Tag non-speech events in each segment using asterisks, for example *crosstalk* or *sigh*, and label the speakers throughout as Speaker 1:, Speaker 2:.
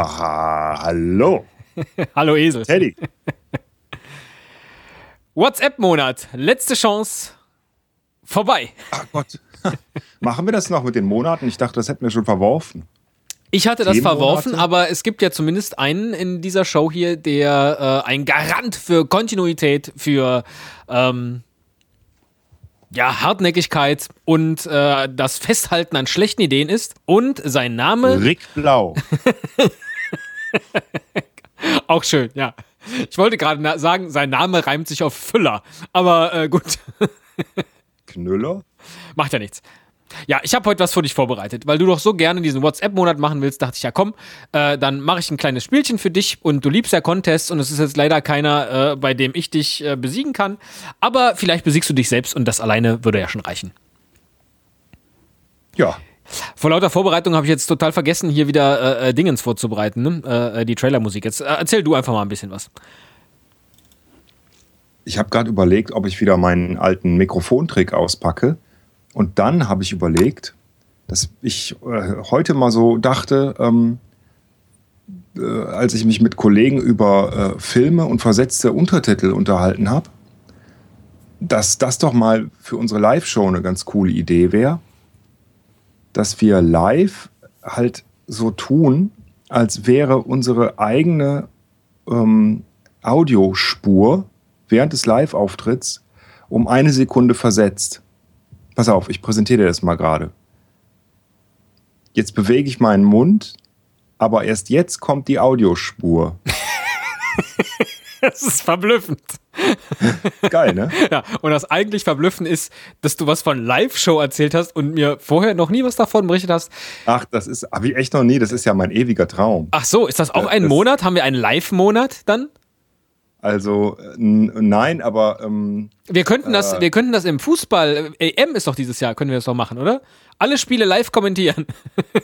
Speaker 1: Ja, hallo.
Speaker 2: Hallo Esel.
Speaker 1: Teddy.
Speaker 2: WhatsApp-Monat. Letzte Chance. Vorbei.
Speaker 1: Ach Gott. Machen wir das noch mit den Monaten? Ich dachte, das hätten wir schon verworfen.
Speaker 2: Ich hatte das
Speaker 1: Themenmonate?
Speaker 2: verworfen, aber es gibt ja zumindest einen in dieser Show hier, der äh, ein Garant für Kontinuität, für ähm, ja, Hartnäckigkeit und äh, das Festhalten an schlechten Ideen ist. Und sein Name,
Speaker 1: Rick Blau.
Speaker 2: auch schön, ja. Ich wollte gerade na- sagen, sein Name reimt sich auf Füller, aber äh, gut.
Speaker 1: Knüller?
Speaker 2: Macht ja nichts. Ja, ich habe heute was für dich vorbereitet, weil du doch so gerne diesen WhatsApp-Monat machen willst, dachte ich, ja komm, äh, dann mache ich ein kleines Spielchen für dich und du liebst ja Contests und es ist jetzt leider keiner, äh, bei dem ich dich äh, besiegen kann, aber vielleicht besiegst du dich selbst und das alleine würde ja schon reichen.
Speaker 1: Ja.
Speaker 2: Vor lauter Vorbereitung habe ich jetzt total vergessen, hier wieder äh, äh, Dingens vorzubereiten, ne? äh, äh, die Trailermusik. Jetzt äh, erzähl du einfach mal ein bisschen was.
Speaker 1: Ich habe gerade überlegt, ob ich wieder meinen alten Mikrofontrick auspacke. Und dann habe ich überlegt, dass ich äh, heute mal so dachte, ähm, äh, als ich mich mit Kollegen über äh, Filme und versetzte Untertitel unterhalten habe, dass das doch mal für unsere Live-Show eine ganz coole Idee wäre, dass wir live halt so tun, als wäre unsere eigene ähm, Audiospur während des Live-Auftritts um eine Sekunde versetzt. Pass auf, ich präsentiere dir das mal gerade. Jetzt bewege ich meinen Mund, aber erst jetzt kommt die Audiospur.
Speaker 2: *laughs* Das ist verblüffend.
Speaker 1: Geil, ne?
Speaker 2: Ja, und das eigentlich Verblüffen ist, dass du was von Live-Show erzählt hast und mir vorher noch nie was davon berichtet hast.
Speaker 1: Ach, das ist, habe ich echt noch nie, das ist ja mein ewiger Traum.
Speaker 2: Ach so, ist das auch
Speaker 1: Ja,
Speaker 2: ein
Speaker 1: das-
Speaker 2: Monat? Haben wir einen Live-Monat dann?
Speaker 1: Also, n- nein, aber ähm,
Speaker 2: Wir könnten das, wir könnten das im Fußball, äh, EM ist doch dieses Jahr, können wir das doch machen, oder? Alle Spiele live kommentieren.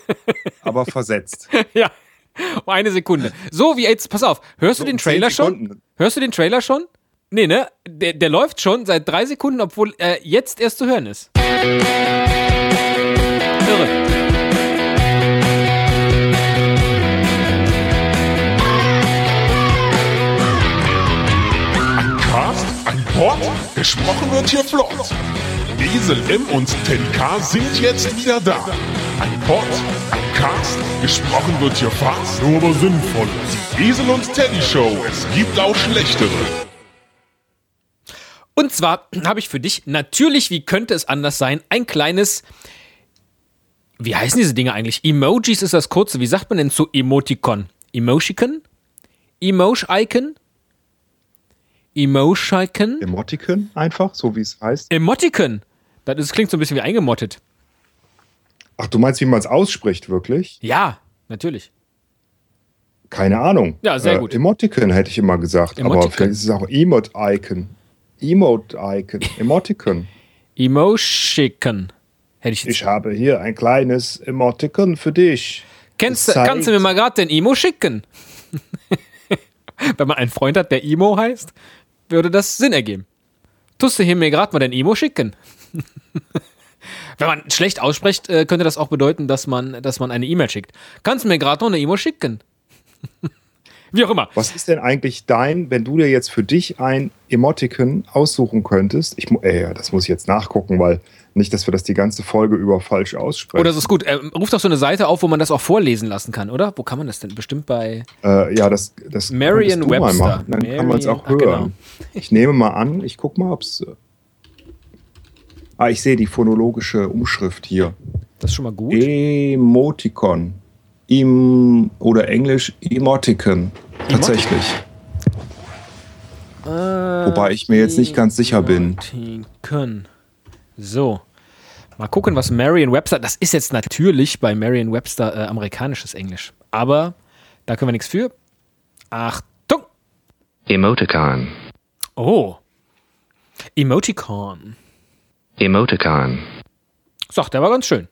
Speaker 2: *laughs*
Speaker 1: aber versetzt.
Speaker 2: ja. Um eine Sekunde. So, wie jetzt, pass auf, hörst du den
Speaker 1: um zehn
Speaker 2: Trailer schon?
Speaker 1: Sekunden.
Speaker 2: Hörst du den Trailer schon? Nee, ne? Der, der läuft schon seit drei Sekunden, obwohl äh, jetzt erst zu hören ist. Irre.
Speaker 3: Cast, ein Pod, gesprochen wird hier flott. Esel M und 10K sind jetzt wieder da. Ein Pod, ein Cast, gesprochen wird hier fast, nur aber sinnvoll. Die Esel und Teddy Show, es gibt auch schlechtere.
Speaker 2: Und zwar habe ich für dich natürlich, wie könnte es anders sein, ein kleines. Wie heißen diese Dinge eigentlich? Emojis ist das kurze. Wie sagt man denn zu Emoticon? Emoticon? Emoji-Icon? Emoji-Icon?
Speaker 1: Emoticon einfach, so wie es heißt.
Speaker 2: Emoticon! Das, ist- klingt so ein bisschen wie eingemottet.
Speaker 1: Ach, du meinst, wie man es ausspricht, wirklich?
Speaker 2: Ja, natürlich.
Speaker 1: Keine Ahnung. Äh,
Speaker 2: Ja, sehr gut.
Speaker 1: Emoticon hätte ich immer gesagt,
Speaker 2: Emoticon.
Speaker 1: aber vielleicht ist es auch Emote-Icon.
Speaker 2: *laughs*
Speaker 1: Emote-Icon, Emoticon.
Speaker 2: Emoticon. Hätte ich jetzt.
Speaker 1: Ich habe hier ein kleines Emoticon für dich.
Speaker 2: Kennst,
Speaker 1: Es zeigt-
Speaker 2: kannst du mir mal gerade den Emo schicken? *laughs* Wenn man einen Freund hat, der Emo heißt, würde das Sinn ergeben. Tust du hier mir gerade mal den Emo schicken? *laughs* Wenn man schlecht ausspricht, äh, könnte das auch bedeuten, dass man, dass man eine E-Mail schickt. Kannst du mir gerade noch eine Emo schicken? *laughs* Wie auch immer.
Speaker 1: Was ist denn eigentlich dein, wenn du dir jetzt für dich ein Emoticon aussuchen könntest? Ich, mu- äh, das muss ich jetzt nachgucken, weil nicht, dass wir das die ganze Folge über falsch aussprechen.
Speaker 2: Oder so ist gut. Ähm, ruf doch so eine Seite auf, wo man das auch vorlesen lassen kann, oder? Wo kann man das denn? Bestimmt bei.
Speaker 1: Äh, ja, das, das
Speaker 2: Merriam
Speaker 1: könntest du mal
Speaker 2: Webster.
Speaker 1: machen. Dann kann man es auch
Speaker 2: Merriam-
Speaker 1: hören.
Speaker 2: ah, genau.
Speaker 1: Ich nehme mal an, ich guck mal, ob es. Ah, ich sehe die phonologische Umschrift hier.
Speaker 2: Das ist schon mal gut.
Speaker 1: Emoticon. Im, oder Englisch Emoticon. Tatsächlich.
Speaker 2: Äh,
Speaker 1: Wobei ich mir jetzt nicht ganz sicher bin.
Speaker 2: Können. So. Mal gucken, was Marion Webster. Das ist jetzt natürlich bei Marion Webster äh, amerikanisches Englisch. Aber da können wir nichts für. Achtung!
Speaker 4: Emoticon.
Speaker 2: Oh. Emoticon.
Speaker 4: Emoticon.
Speaker 2: So, der war ganz schön.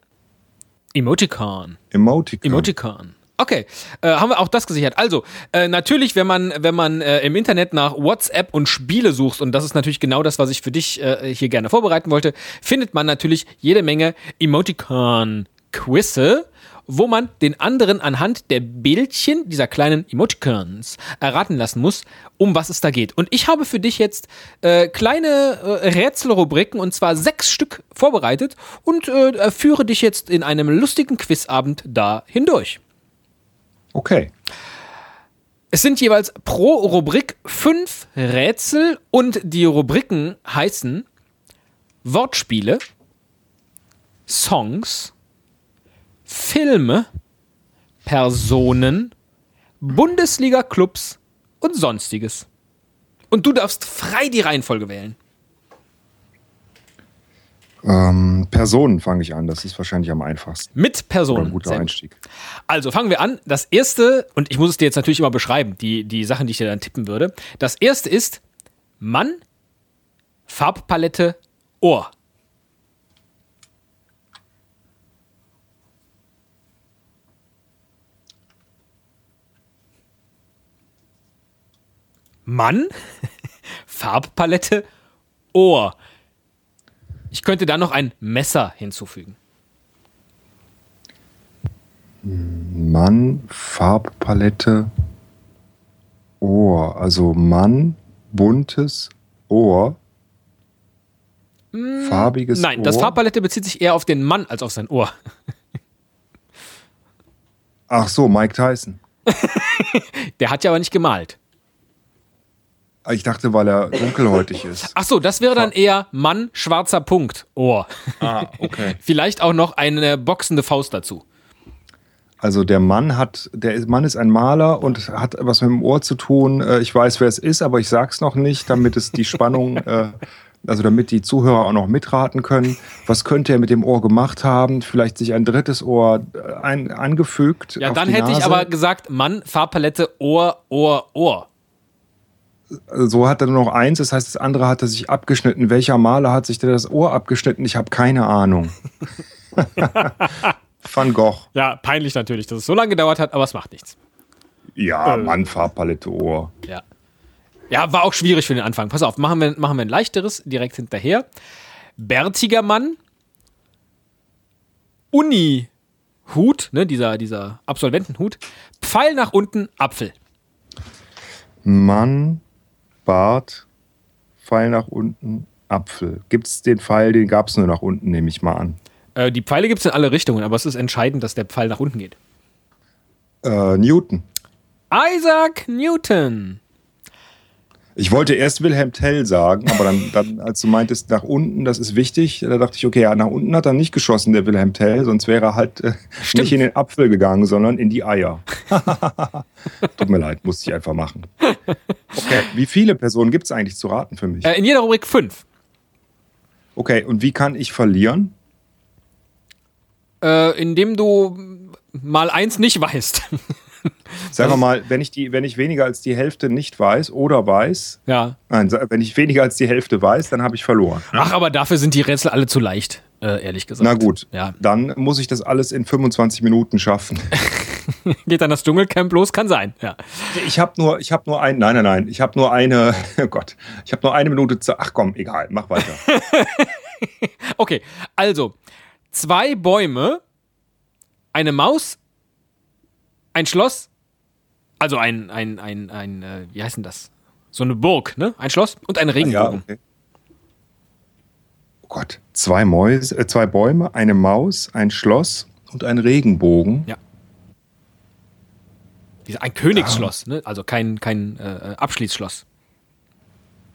Speaker 2: Emoticon.
Speaker 1: Emoticon.
Speaker 2: Emoticon. Okay, äh, haben wir auch das gesichert. Also, äh, natürlich, wenn man, wenn man äh, im Internet nach WhatsApp und Spiele sucht, und das ist natürlich genau das, was ich für dich äh, hier gerne vorbereiten wollte, findet man natürlich jede Menge Emoticon-Quizze. wo man den anderen anhand der Bildchen dieser kleinen Emoticons erraten lassen muss, um was es da geht. Und ich habe für dich jetzt äh, kleine äh, Rätselrubriken und zwar sechs Stück vorbereitet und äh, führe dich jetzt in einem lustigen Quizabend da hindurch.
Speaker 1: Okay.
Speaker 2: Es sind jeweils pro Rubrik fünf Rätsel und die Rubriken heißen Wortspiele, Songs, Filme, Personen, Bundesliga-Clubs und Sonstiges. Und du darfst frei die Reihenfolge wählen.
Speaker 1: Ähm, Personen fange ich an. Das ist wahrscheinlich am einfachsten.
Speaker 2: Mit
Speaker 1: Oder
Speaker 2: Personen.
Speaker 1: ein guter
Speaker 2: Sehr gut.
Speaker 1: Einstieg.
Speaker 2: Also fangen wir an. Das erste, und ich muss es dir jetzt natürlich immer beschreiben, die, die Sachen, die ich dir dann tippen würde. Das erste ist Mann, Farbpalette, Ohr. Mann, *laughs* Farbpalette, Ohr. Ich könnte da noch ein Messer hinzufügen.
Speaker 1: Mann, Farbpalette, Ohr. Also Mann, buntes Ohr. Farbiges
Speaker 2: Mm, Nein,
Speaker 1: Ohr.
Speaker 2: das Farbpalette bezieht sich eher auf den Mann als auf sein Ohr.
Speaker 1: Ach so, Mike Tyson.
Speaker 2: Der hat ja aber nicht gemalt.
Speaker 1: Ah, Ich dachte, weil er dunkelhäutig ist.
Speaker 2: Ach so, das wäre dann eher Mann, schwarzer Punkt, *laughs* Ohr.
Speaker 1: Ah, okay.
Speaker 2: Vielleicht auch noch eine boxende Faust dazu.
Speaker 1: Also der Mann hat, der ist- Mann ist ein Maler und hat was mit dem Ohr zu tun. Äh, Ich weiß, wer es ist, aber ich sag's noch nicht, damit es die
Speaker 2: *laughs*
Speaker 1: Spannung, äh, also damit die Zuhörer auch noch mitraten können. Was könnte er mit dem Ohr gemacht haben? Vielleicht sich ein drittes Ohr äh, ein, angefügt.
Speaker 2: Ja,
Speaker 1: auf
Speaker 2: dann
Speaker 1: die
Speaker 2: hätte ich
Speaker 1: Nase.
Speaker 2: aber gesagt Mann, Farbpalette, Ohr, Ohr, Ohr.
Speaker 1: so hat er nur noch eins, das heißt, das andere hat er sich abgeschnitten. Welcher Maler hat sich denn das Ohr abgeschnitten? Ich habe keine
Speaker 2: *laughs*
Speaker 1: Ahnung. Van Gogh.
Speaker 2: Ja, peinlich natürlich, dass es so lange gedauert hat, aber es macht nichts. Äh.
Speaker 1: Ja, Mann, Farbpalette Ohr.
Speaker 2: Ja. Ja, war auch schwierig für den Anfang. Pass auf, machen wir, machen wir ein leichteres direkt hinterher. Bärtiger Mann. Uni-Hut, ne, dieser, dieser Absolventenhut. Pfeil nach unten, Apfel.
Speaker 1: Mann, Bart, Pfeil nach unten, Apfel. Gibt's den Pfeil, den gab's nur nach unten, nehme ich mal an.
Speaker 2: Äh, die Pfeile gibt es in alle Richtungen, aber es ist entscheidend, dass der Pfeil nach unten geht.
Speaker 1: Äh, Newton.
Speaker 2: Isaac Newton.
Speaker 1: Ich wollte erst Wilhelm Tell sagen, aber dann, dann als du meintest, nach unten, das ist wichtig, da dachte ich, okay, ja, nach unten hat er nicht geschossen, der Wilhelm Tell, sonst wäre er halt äh, nicht in den Apfel gegangen, sondern in die Eier. *laughs* Tut mir leid, musste ich einfach machen. Okay, wie viele Personen gibt's eigentlich zu raten für mich?
Speaker 2: Äh, in jeder Rubrik fünf.
Speaker 1: Okay, und wie kann ich verlieren?
Speaker 2: Äh, indem du mal eins nicht weißt. *laughs*
Speaker 1: Sagen wir mal, wenn ich, die, wenn ich weniger als die Hälfte nicht weiß oder weiß,
Speaker 2: ja.
Speaker 1: nein, sa- wenn ich weniger als die Hälfte weiß, dann habe ich verloren.
Speaker 2: Ach, aber dafür sind die Rätsel alle zu leicht, äh, ehrlich gesagt.
Speaker 1: Na gut,
Speaker 2: Ja. *laughs*
Speaker 1: dann muss ich das alles in 25 Minuten schaffen.
Speaker 2: Geht dann das Dschungelcamp los? Kann sein. Ja.
Speaker 1: *laughs* Ich habe nur, ich habe nur ein, nein, nein, nein, ich habe nur eine, *laughs* oh Gott, ich habe nur eine Minute zu, ach komm, egal, mach weiter.
Speaker 2: *laughs* Okay, also zwei Bäume, eine Maus, ein Schloss, also ein, ein, ein, ein, äh, wie heißt denn das? So eine Burg, ne? Ein Schloss und ein
Speaker 1: ja,
Speaker 2: Regenbogen.
Speaker 1: okay. Oh Gott, zwei Mäuse, äh, zwei Bäume, eine Maus, ein Schloss und ein Regenbogen.
Speaker 2: Wie- Ein Königsschloss, ne? Also kein, kein äh, Abschließschloss.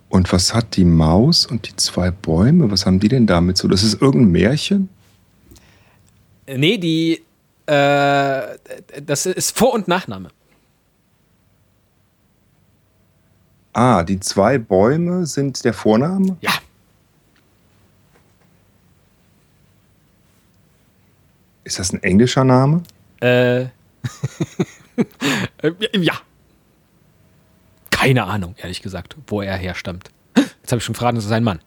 Speaker 1: Und was hat die Maus und die zwei Bäume? Was haben die denn damit so? Das ist irgendein Märchen?
Speaker 2: Äh, Nee, die, äh, das ist Vor- und Nachname.
Speaker 1: Ah, die zwei Bäume sind der Vorname?
Speaker 2: Ja.
Speaker 1: Ist das ein englischer Name?
Speaker 2: Äh, *laughs* äh, ja. Keine Ahnung, ehrlich gesagt, wo er herstammt. Jetzt habe ich schon verraten, es ist ein Mann.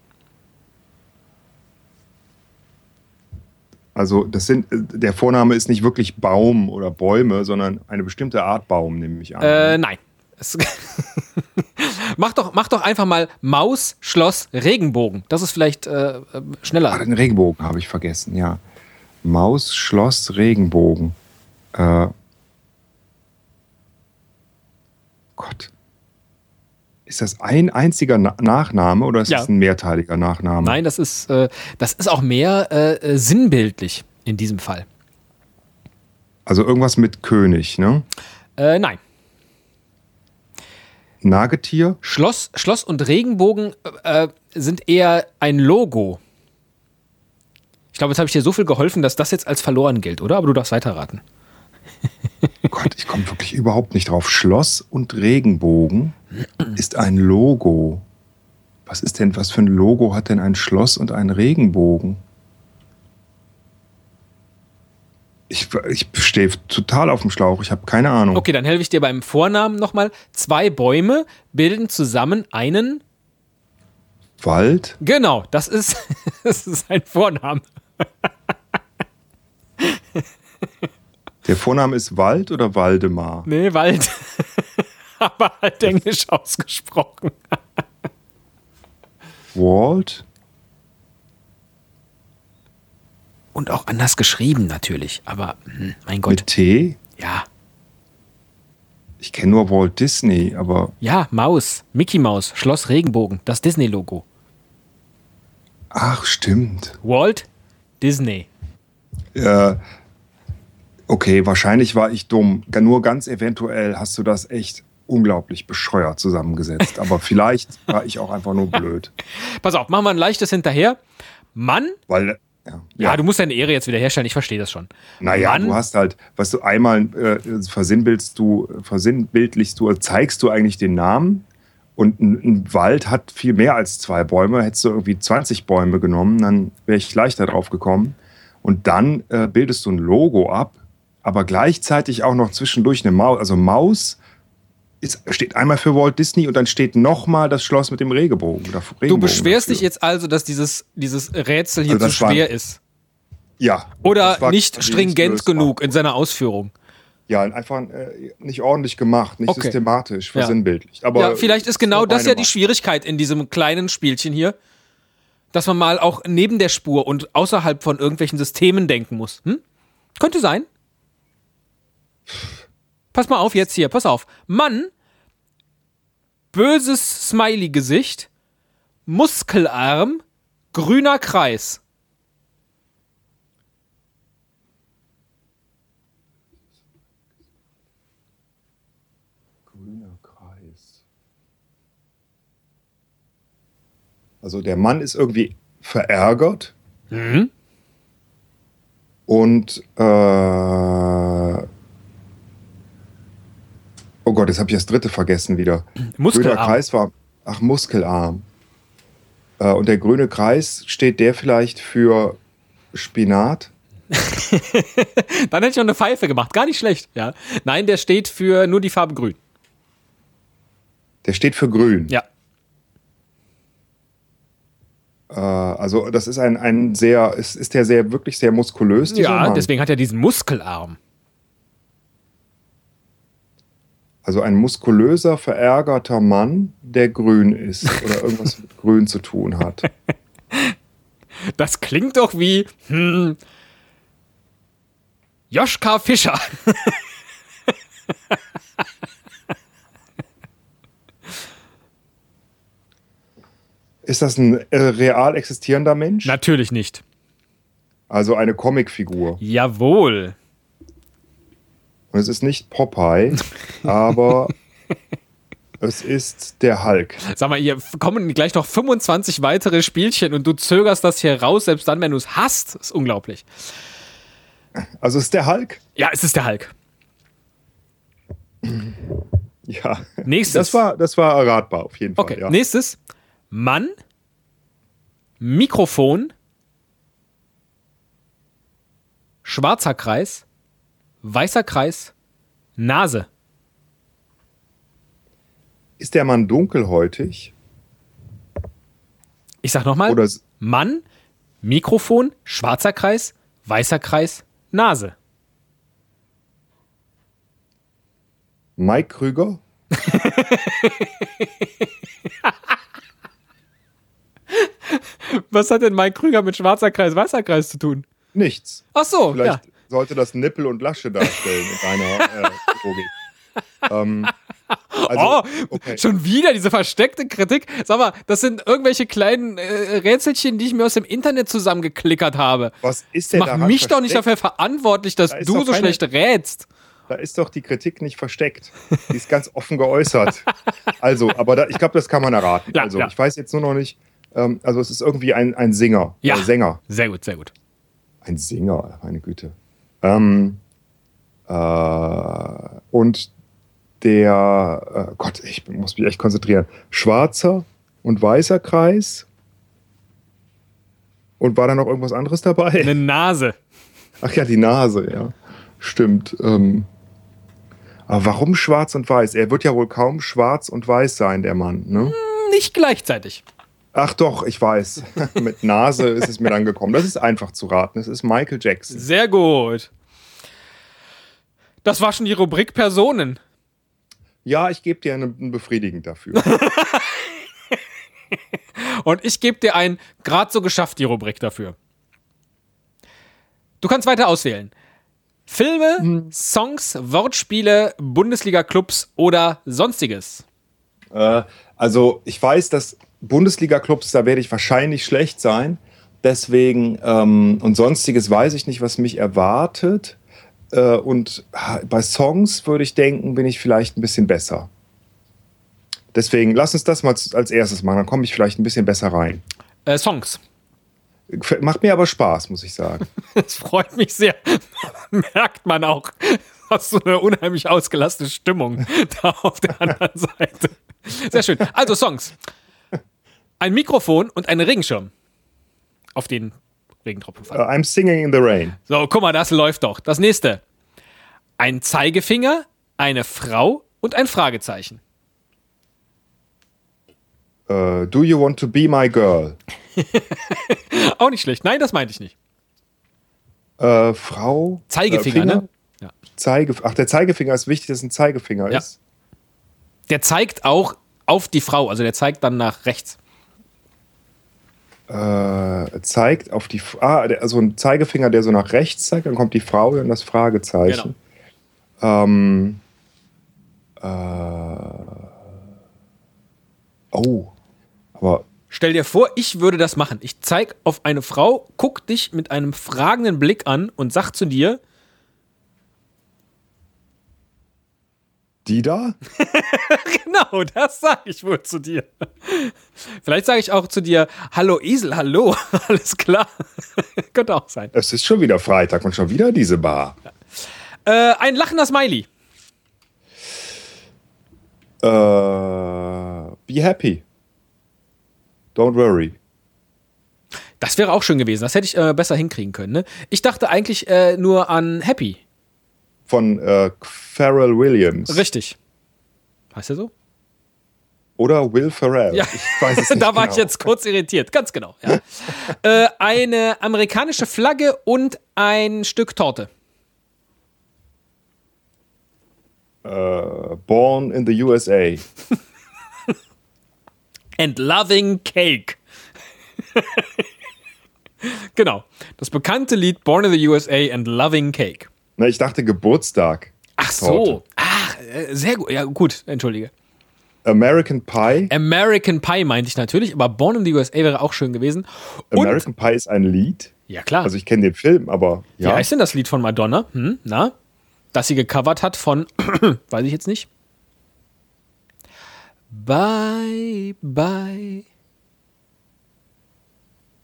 Speaker 1: Also, das sind, äh, der Vorname ist nicht wirklich Baum oder Bäume, sondern eine bestimmte Art Baum, nehme ich an.
Speaker 2: Äh, nein. Es *laughs* mach, doch, mach doch einfach mal Maus, Schloss, Regenbogen. Das ist vielleicht äh, äh,
Speaker 1: Ah,
Speaker 2: schneller.
Speaker 1: den Regenbogen habe ich vergessen, ja. Maus, Schloss, Regenbogen. Äh, Gott. Ist das ein einziger Na Nachname oder ist
Speaker 2: Ja.
Speaker 1: das ein mehrteiliger Nachname?
Speaker 2: Nein, das ist, äh, das ist auch mehr äh, äh, sinnbildlich in diesem Fall.
Speaker 1: Also irgendwas mit König, ne?
Speaker 2: Äh, nein.
Speaker 1: Nagetier?
Speaker 2: Schloss, Schloss und Regenbogen äh, äh, sind eher ein Logo. Ich glaube, jetzt habe ich dir so viel geholfen, dass das jetzt als verloren gilt, oder? Aber du darfst weiterraten.
Speaker 1: Gott, ich komme wirklich überhaupt nicht drauf. Schloss und Regenbogen ist ein Logo. Was ist denn, was für ein Logo hat denn ein Schloss und ein Regenbogen? Ich, ich stehe total auf dem Schlauch, ich habe keine Ahnung.
Speaker 2: Okay, dann helfe ich dir beim Vornamen nochmal. Zwei Bäume bilden zusammen einen.
Speaker 1: Wald?
Speaker 2: Genau, das ist, *laughs* das ist ein Vorname.
Speaker 1: Der Vorname ist Wald oder Waldemar?
Speaker 2: Nee, Wald. *laughs* Aber halt englisch ausgesprochen.
Speaker 1: Wald?
Speaker 2: Und auch anders geschrieben natürlich. Aber hm, mein Gott,
Speaker 1: Mit T?
Speaker 2: ja.
Speaker 1: Ich kenne nur Walt Disney, aber
Speaker 2: Ja, Maus, Mickey Maus, Schloss Regenbogen, das Disney-Logo.
Speaker 1: ach, stimmt.
Speaker 2: Walt Disney.
Speaker 1: äh, okay, wahrscheinlich war ich dumm. Ga- Nur ganz eventuell hast du das echt unglaublich bescheuert zusammengesetzt. Aber *laughs* vielleicht war ich auch einfach nur blöd.
Speaker 2: Pass auf, machen wir ein leichtes hinterher. Mann,
Speaker 1: Weil, ja,
Speaker 2: ja,
Speaker 1: ja,
Speaker 2: du musst deine Ehre jetzt wieder herstellen, ich verstehe das schon.
Speaker 1: naja,
Speaker 2: Mann,
Speaker 1: du hast halt, was du einmal äh, versinnbildst du, versinnbildlichst du, zeigst du eigentlich den Namen. Und ein, ein Wald hat viel mehr als zwei Bäume. Hättest du irgendwie 20 Bäume genommen, dann wäre ich leichter drauf gekommen. Und dann äh, bildest du ein Logo ab, aber gleichzeitig auch noch zwischendurch eine Maus. Also Maus ist, steht einmal für Walt Disney und dann steht nochmal das Schloss mit dem Regenbogen. oder
Speaker 2: du
Speaker 1: Regenbogen
Speaker 2: beschwerst
Speaker 1: dafür.
Speaker 2: dich jetzt also, dass dieses, dieses Rätsel hier
Speaker 1: Also
Speaker 2: zu
Speaker 1: das war-
Speaker 2: schwer ist.
Speaker 1: Ja. Das
Speaker 2: Oder
Speaker 1: war
Speaker 2: nicht
Speaker 1: quasi
Speaker 2: stringent
Speaker 1: nicht lösbar.
Speaker 2: genug in seiner Ausführung.
Speaker 1: Ja, einfach äh, nicht ordentlich gemacht, nicht
Speaker 2: Okay.
Speaker 1: systematisch,
Speaker 2: Ja.
Speaker 1: versinnbildlich. Aber
Speaker 2: Ja, vielleicht ist genau
Speaker 1: nur
Speaker 2: das
Speaker 1: meine
Speaker 2: ja die
Speaker 1: Meinung.
Speaker 2: Schwierigkeit in diesem kleinen Spielchen hier, dass man mal auch neben der Spur und außerhalb von irgendwelchen Systemen denken muss. Hm? Könnte sein. Pass mal auf jetzt hier, pass auf. Mann, böses Smiley-Gesicht, Muskelarm, grüner Kreis.
Speaker 1: Grüner Kreis. Also der Mann ist irgendwie verärgert.
Speaker 2: Mhm.
Speaker 1: Und äh, oh Gott, jetzt habe ich das dritte vergessen wieder.
Speaker 2: Muskelarm.
Speaker 1: Grüner Kreis war ach Muskelarm. Äh, und der grüne Kreis steht der vielleicht für Spinat?
Speaker 2: Dann hätte ich noch eine Pfeife gemacht, gar nicht schlecht. Ja. Nein, der steht für nur die Farbe grün.
Speaker 1: Der steht für Grün.
Speaker 2: Ja.
Speaker 1: Äh, also das ist ein, ein sehr, ist, ist der sehr, wirklich sehr muskulös, dieser
Speaker 2: Ja,
Speaker 1: Mann.
Speaker 2: deswegen hat er diesen Muskelarm.
Speaker 1: Also ein muskulöser, verärgerter Mann, der grün ist oder irgendwas
Speaker 2: *laughs*
Speaker 1: mit grün zu tun hat.
Speaker 2: Das klingt doch wie hm,
Speaker 1: *laughs*
Speaker 2: Joschka Fischer.
Speaker 1: Ist das ein äh, real existierender Mensch?
Speaker 2: Natürlich nicht.
Speaker 1: Also eine Comicfigur.
Speaker 2: Jawohl.
Speaker 1: Und es ist nicht
Speaker 2: *laughs*
Speaker 1: Popeye, aber es ist der Hulk.
Speaker 2: Sag mal, hier f- kommen gleich noch 25 weitere Spielchen und du zögerst das hier raus, selbst dann, wenn du es hast. Ist unglaublich.
Speaker 1: Also es ist der Hulk?
Speaker 2: Ja, es ist der Hulk.
Speaker 1: Ja.
Speaker 2: Nächstes.
Speaker 1: Das war, das war erratbar auf jeden Fall.
Speaker 2: Okay,
Speaker 1: ja.
Speaker 2: nächstes. Mann, Mikrofon, schwarzer Kreis, weißer Kreis, Nase.
Speaker 1: Ist der Mann dunkelhäutig?
Speaker 2: Ich sag nochmal.
Speaker 1: Oder s-
Speaker 2: Mann, Mikrofon, schwarzer Kreis, weißer Kreis, Nase.
Speaker 1: Mike Krüger?
Speaker 2: Was hat denn Mike Krüger mit schwarzer Kreis, weißer Kreis zu tun?
Speaker 1: Nichts.
Speaker 2: Ach so,
Speaker 1: Vielleicht
Speaker 2: ja.
Speaker 1: sollte das Nippel und Lasche darstellen in deiner äh, Logik. Ähm, also,
Speaker 2: oh,
Speaker 1: okay.
Speaker 2: schon wieder diese versteckte Kritik. Sag mal, das sind irgendwelche kleinen äh, Rätselchen, die ich mir aus dem Internet zusammengeklickert habe.
Speaker 1: Was ist denn
Speaker 2: Mach
Speaker 1: daran
Speaker 2: mich doch nicht
Speaker 1: versteckt?
Speaker 2: dafür verantwortlich, dass
Speaker 1: Da ist
Speaker 2: du
Speaker 1: doch
Speaker 2: so
Speaker 1: keine-
Speaker 2: schlecht rätst.
Speaker 1: Da ist doch die Kritik nicht versteckt. Die ist ganz offen geäußert. Also, aber da, ich glaube, das kann man erraten.
Speaker 2: Ja,
Speaker 1: also,
Speaker 2: ja.
Speaker 1: ich weiß jetzt nur noch nicht. Ähm, also, es ist irgendwie ein, ein Singer.
Speaker 2: Ja.
Speaker 1: Äh, Sänger.
Speaker 2: Sehr gut, sehr gut.
Speaker 1: Ein Singer, meine Güte. Ähm, äh, und der, äh, Gott, ich muss mich echt konzentrieren. Schwarzer und weißer Kreis. Und war da noch irgendwas anderes dabei?
Speaker 2: Eine Nase.
Speaker 1: Ach ja, die Nase, ja. Stimmt. Ähm. Aber warum schwarz und weiß? Er wird ja wohl kaum schwarz und weiß sein, der Mann. Ne?
Speaker 2: Nicht gleichzeitig.
Speaker 1: Ach doch, ich weiß. *laughs* Mit Nase ist es mir dann gekommen. Das ist einfach zu raten. Das ist Michael Jackson.
Speaker 2: Sehr gut. Das war schon die Rubrik Personen.
Speaker 1: Ja, ich gebe dir einen befriedigend dafür. *laughs*
Speaker 2: Und ich gebe dir ein gerade so geschafft die Rubrik dafür. Du kannst weiter auswählen. Filme, Songs, Wortspiele, Bundesliga-Clubs oder sonstiges.
Speaker 1: Äh, also ich weiß, dass Bundesliga-Clubs, da werde ich wahrscheinlich schlecht sein. Deswegen ähm, und sonstiges weiß ich nicht, was mich erwartet. Äh, und ha, bei Songs würde ich denken, bin ich vielleicht ein bisschen besser. Deswegen lass uns das mal z- als erstes machen, dann komme ich vielleicht ein bisschen besser rein.
Speaker 2: Äh, Songs. *laughs*
Speaker 1: Gef- Macht mir aber Spaß, muss ich sagen.
Speaker 2: Das freut mich sehr. *laughs* Merkt man auch. Hast du eine unheimlich ausgelassene Stimmung *laughs* da auf der anderen Seite. Sehr schön. Also Songs. Ein Mikrofon und ein Regenschirm. Auf den Regentropfen fallen.
Speaker 1: Äh, I'm singing in the rain.
Speaker 2: So, guck mal, das läuft doch. Das nächste. Ein Zeigefinger, eine Frau und ein Fragezeichen.
Speaker 1: Äh, do you want to be my girl?
Speaker 2: Auch nicht schlecht. Nein, das meinte ich nicht.
Speaker 1: Äh, Frau.
Speaker 2: Zeigefinger,
Speaker 1: äh, Finger?
Speaker 2: ne? Ja.
Speaker 1: Zeige, ach, der Zeigefinger ist wichtig, dass es ein Zeigefinger
Speaker 2: Ja.
Speaker 1: ist.
Speaker 2: Der zeigt auch auf die Frau, also der zeigt dann nach rechts.
Speaker 1: äh, zeigt auf die, F- ah, der- also ein Zeigefinger, der so nach rechts zeigt, dann kommt die Frau und das Fragezeichen.
Speaker 2: Genau.
Speaker 1: Ähm, äh, oh, aber
Speaker 2: Stell dir vor, ich würde das machen. Ich zeig auf eine Frau, guck dich mit einem fragenden Blick an und sag zu dir, *laughs*
Speaker 1: die da?
Speaker 2: genau, das sage ich wohl zu dir. Vielleicht sage ich auch zu dir, hallo Esel, hallo, *laughs* alles klar. Könnte auch sein.
Speaker 1: Es ist schon wieder Freitag und schon wieder diese Bar.
Speaker 2: Äh, ein lachender Smiley.
Speaker 1: Äh, be happy. Don't worry.
Speaker 2: Das wäre auch schön gewesen. Das hätte ich äh, besser hinkriegen können. Ne? Ich dachte eigentlich äh, nur an Happy.
Speaker 1: Von äh, Pharrell Williams.
Speaker 2: Richtig. Heißt er so?
Speaker 1: Oder Will Ferrell.
Speaker 2: Ja.
Speaker 1: Ich weiß es nicht
Speaker 2: *laughs* da war
Speaker 1: genau.
Speaker 2: ich jetzt kurz irritiert. Ganz genau. Ja. *laughs* äh, eine amerikanische Flagge und ein Stück Torte.
Speaker 1: Äh, Born in the USA.
Speaker 2: And loving cake. *laughs* genau. Das bekannte Lied Born in the USA and Loving Cake.
Speaker 1: Na, ich dachte Geburtstag.
Speaker 2: Ach so.
Speaker 1: Torte.
Speaker 2: Ach, äh, sehr gut. Ja, gut. Entschuldige.
Speaker 1: American Pie.
Speaker 2: American Pie meinte ich natürlich, aber Born in the USA wäre auch schön gewesen. Und,
Speaker 1: American Pie ist ein Lied.
Speaker 2: ja klar.
Speaker 1: Also ich kenne den Film, aber
Speaker 2: Wie
Speaker 1: ja.
Speaker 2: heißt denn das Lied von Madonna? Hm, na? Das sie gecovert hat von, *clears throat* weiß ich jetzt nicht. Bye, bye.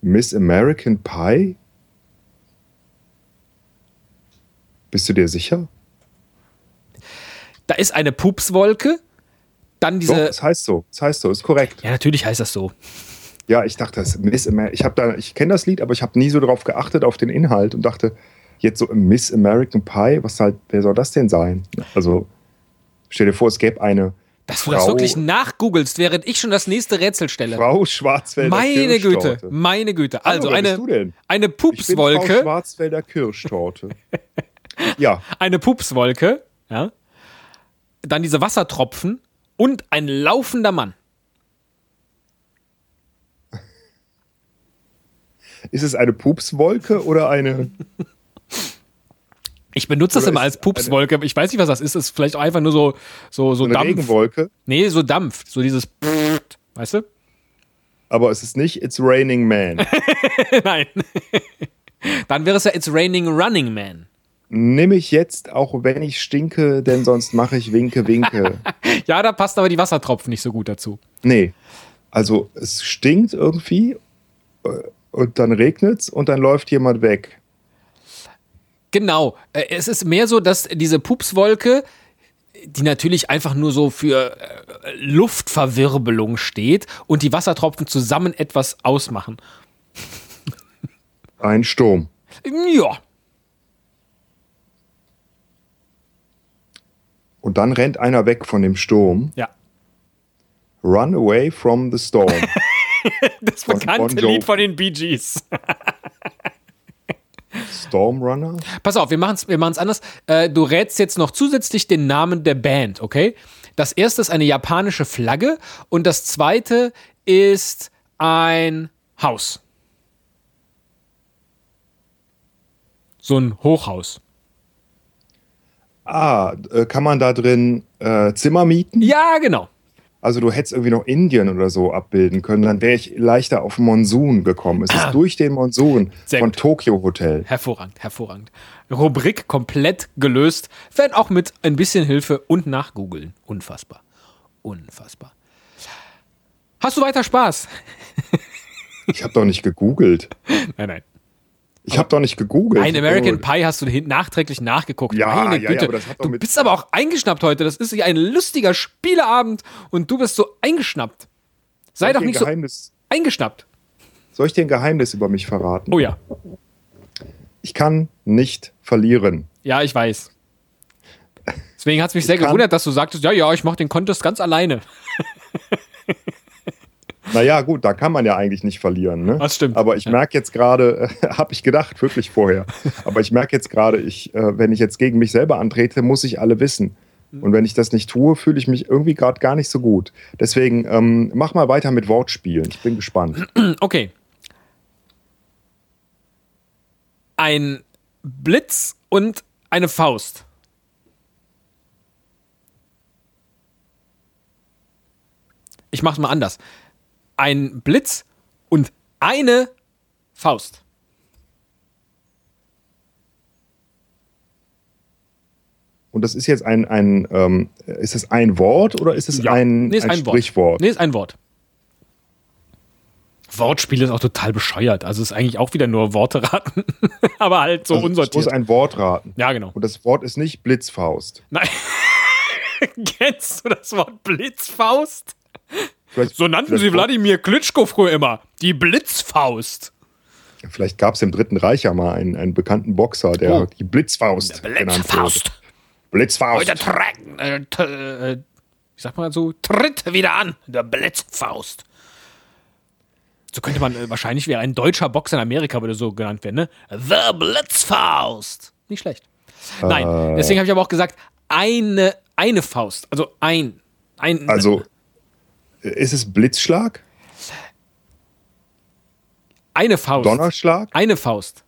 Speaker 1: Miss American Pie? Bist du dir sicher?
Speaker 2: Da ist eine Pupswolke, dann
Speaker 1: Doch,
Speaker 2: diese.
Speaker 1: es heißt so. Es heißt so, ist korrekt.
Speaker 2: ja, natürlich heißt das so.
Speaker 1: Ja, ich dachte, das ist Miss Amer ich habe da ich kenne das Lied, aber ich habe nie so darauf geachtet auf den Inhalt und dachte jetzt so Miss American Pie, was halt wer soll das denn sein? Also stell dir vor, es gäbe eine
Speaker 2: Dass du
Speaker 1: Frau,
Speaker 2: das wirklich nachgoogelst, während ich schon das nächste Rätsel stelle.
Speaker 1: Frau Schwarzwälder
Speaker 2: meine Güte,
Speaker 1: Kirschtorte.
Speaker 2: meine Güte. Also
Speaker 1: wer
Speaker 2: eine,
Speaker 1: bist du denn?
Speaker 2: eine
Speaker 1: Ich bin Frau
Speaker 2: Pupswolke,
Speaker 1: Schwarzwälder Kirschtorte. *laughs* ja,
Speaker 2: eine Pupswolke, ja. Dann diese Wassertropfen und ein laufender Mann.
Speaker 1: Ist es eine Pupswolke oder eine.
Speaker 2: Ich benutze das
Speaker 1: Oder
Speaker 2: immer
Speaker 1: ist
Speaker 2: als Pupswolke. Ich weiß nicht, was das ist. Ist vielleicht auch einfach nur so, so, so
Speaker 1: Eine
Speaker 2: Dampf.
Speaker 1: Regenwolke.
Speaker 2: Nee, so Dampf. So dieses. *laughs* Weißt du? *laughs*
Speaker 1: Aber es ist nicht It's Raining Man.
Speaker 2: Nein. *laughs* Dann wäre es ja It's Raining Running Man.
Speaker 1: Nimm ich jetzt, auch wenn ich stinke, denn sonst mache ich Winke, Winke.
Speaker 2: Ja, da passt aber die Wassertropfen nicht so gut dazu.
Speaker 1: Nee. Also es stinkt irgendwie äh, und dann regnet es und dann läuft jemand weg.
Speaker 2: Genau. Äh, Es ist mehr so, dass diese Pupswolke, die natürlich einfach nur so für äh, Luftverwirbelung steht und die Wassertropfen zusammen etwas ausmachen.
Speaker 1: Ein Sturm.
Speaker 2: Ja.
Speaker 1: Und dann rennt einer weg von dem Sturm.
Speaker 2: Ja.
Speaker 1: Run away from the storm.
Speaker 2: *laughs* Das
Speaker 1: Von
Speaker 2: bekannte
Speaker 1: Bon Jovi.
Speaker 2: Lied von den Bee Gees.
Speaker 1: Storm Runner?
Speaker 2: Pass auf, wir machen es wir machen's anders. Äh, du rätst jetzt noch zusätzlich den Namen der Band, okay? Das erste ist eine japanische Flagge und das zweite ist ein Haus. So ein Hochhaus.
Speaker 1: Ah, äh, kann man da drin äh, Zimmer mieten?
Speaker 2: Ja, genau.
Speaker 1: Also du hättest irgendwie noch Indien oder so abbilden können, dann wäre ich leichter auf Monsun gekommen. Es ist durch den Monsun
Speaker 2: Ah. Sehr
Speaker 1: von
Speaker 2: gut.
Speaker 1: Tokyo Hotel.
Speaker 2: Hervorragend, hervorragend. Rubrik komplett gelöst, wenn auch mit ein bisschen Hilfe und nachgoogeln. Unfassbar. Unfassbar. Hast du weiter Spaß? *laughs*
Speaker 1: Ich habe doch nicht gegoogelt.
Speaker 2: Nein, nein.
Speaker 1: Ich habe doch nicht gegoogelt. Oh.
Speaker 2: Ein American Pie hast du hin nachträglich nachgeguckt.
Speaker 1: Ja,
Speaker 2: Meine
Speaker 1: ja, ja,
Speaker 2: Güte.
Speaker 1: aber das hat doch
Speaker 2: du
Speaker 1: mit-
Speaker 2: bist aber auch eingeschnappt heute. Das ist ja ein lustiger Spieleabend und du bist so eingeschnappt. Sei
Speaker 1: Soll ich
Speaker 2: doch
Speaker 1: dir ein
Speaker 2: nicht so
Speaker 1: Geheimnis,
Speaker 2: eingeschnappt.
Speaker 1: Soll ich dir ein Geheimnis über mich verraten?
Speaker 2: Oh ja.
Speaker 1: Ich kann nicht verlieren.
Speaker 2: Ja,
Speaker 1: *laughs*
Speaker 2: ich weiß. Deswegen hat es mich sehr
Speaker 1: kann-
Speaker 2: gewundert, dass du sagtest, ja, ja, ich mache den Contest ganz alleine.
Speaker 1: Naja, gut, da kann man ja eigentlich nicht verlieren. Ne?
Speaker 2: Das stimmt.
Speaker 1: Aber ich merke jetzt gerade, *laughs* äh, habe ich gedacht, wirklich vorher. Aber ich merke jetzt gerade, ich, äh, wenn ich jetzt gegen mich selber antrete, muss ich alle wissen.
Speaker 2: Mhm.
Speaker 1: Und wenn ich das nicht tue, fühle ich mich irgendwie gerade gar nicht so gut. Deswegen ähm, mach mal weiter mit Wortspielen. Ich bin gespannt.
Speaker 2: Okay. Ein Blitz und eine Faust. Ich mach's mal anders. Ein Blitz und eine Faust.
Speaker 1: Und das ist jetzt ein, ein ähm, ist das ein Wort oder ist es ein,
Speaker 2: Nee, ist
Speaker 1: ein,
Speaker 2: ein, Wort.
Speaker 1: Sprichwort?
Speaker 2: Nee, ist ein Wort. Wortspiel ist auch total bescheuert. Also ist eigentlich auch wieder nur Worte raten. *laughs* Aber halt so
Speaker 1: Also ich muss
Speaker 2: unsortiert.
Speaker 1: ein Wort raten.
Speaker 2: Ja, genau.
Speaker 1: Und das Wort ist nicht Blitzfaust.
Speaker 2: Nein. *laughs* Kennst du das Wort Blitzfaust?
Speaker 1: Vielleicht,
Speaker 2: So nannten
Speaker 1: vielleicht,
Speaker 2: sie Wladimir Klitschko früher immer. Die Blitzfaust.
Speaker 1: Vielleicht gab es im Dritten Reich ja mal einen, einen bekannten Boxer, der
Speaker 2: Oh.
Speaker 1: Genau, die Blitzfaust genannt wurde.
Speaker 2: Blitzfaust.
Speaker 1: Blitzfaust.
Speaker 2: Heute treten. Äh, t- äh, wie sagt man so? Tritt wieder an. Der Blitzfaust. So könnte man äh, wahrscheinlich wie ein deutscher Boxer in Amerika würde so genannt werden, ne? The Blitzfaust. Nicht schlecht.
Speaker 1: Äh.
Speaker 2: Nein, deswegen habe ich aber auch gesagt, eine, eine Faust. Also ein. ein
Speaker 1: Also äh, ist es Blitzschlag,
Speaker 2: eine Faust.
Speaker 1: Donnerschlag?
Speaker 2: Eine Faust.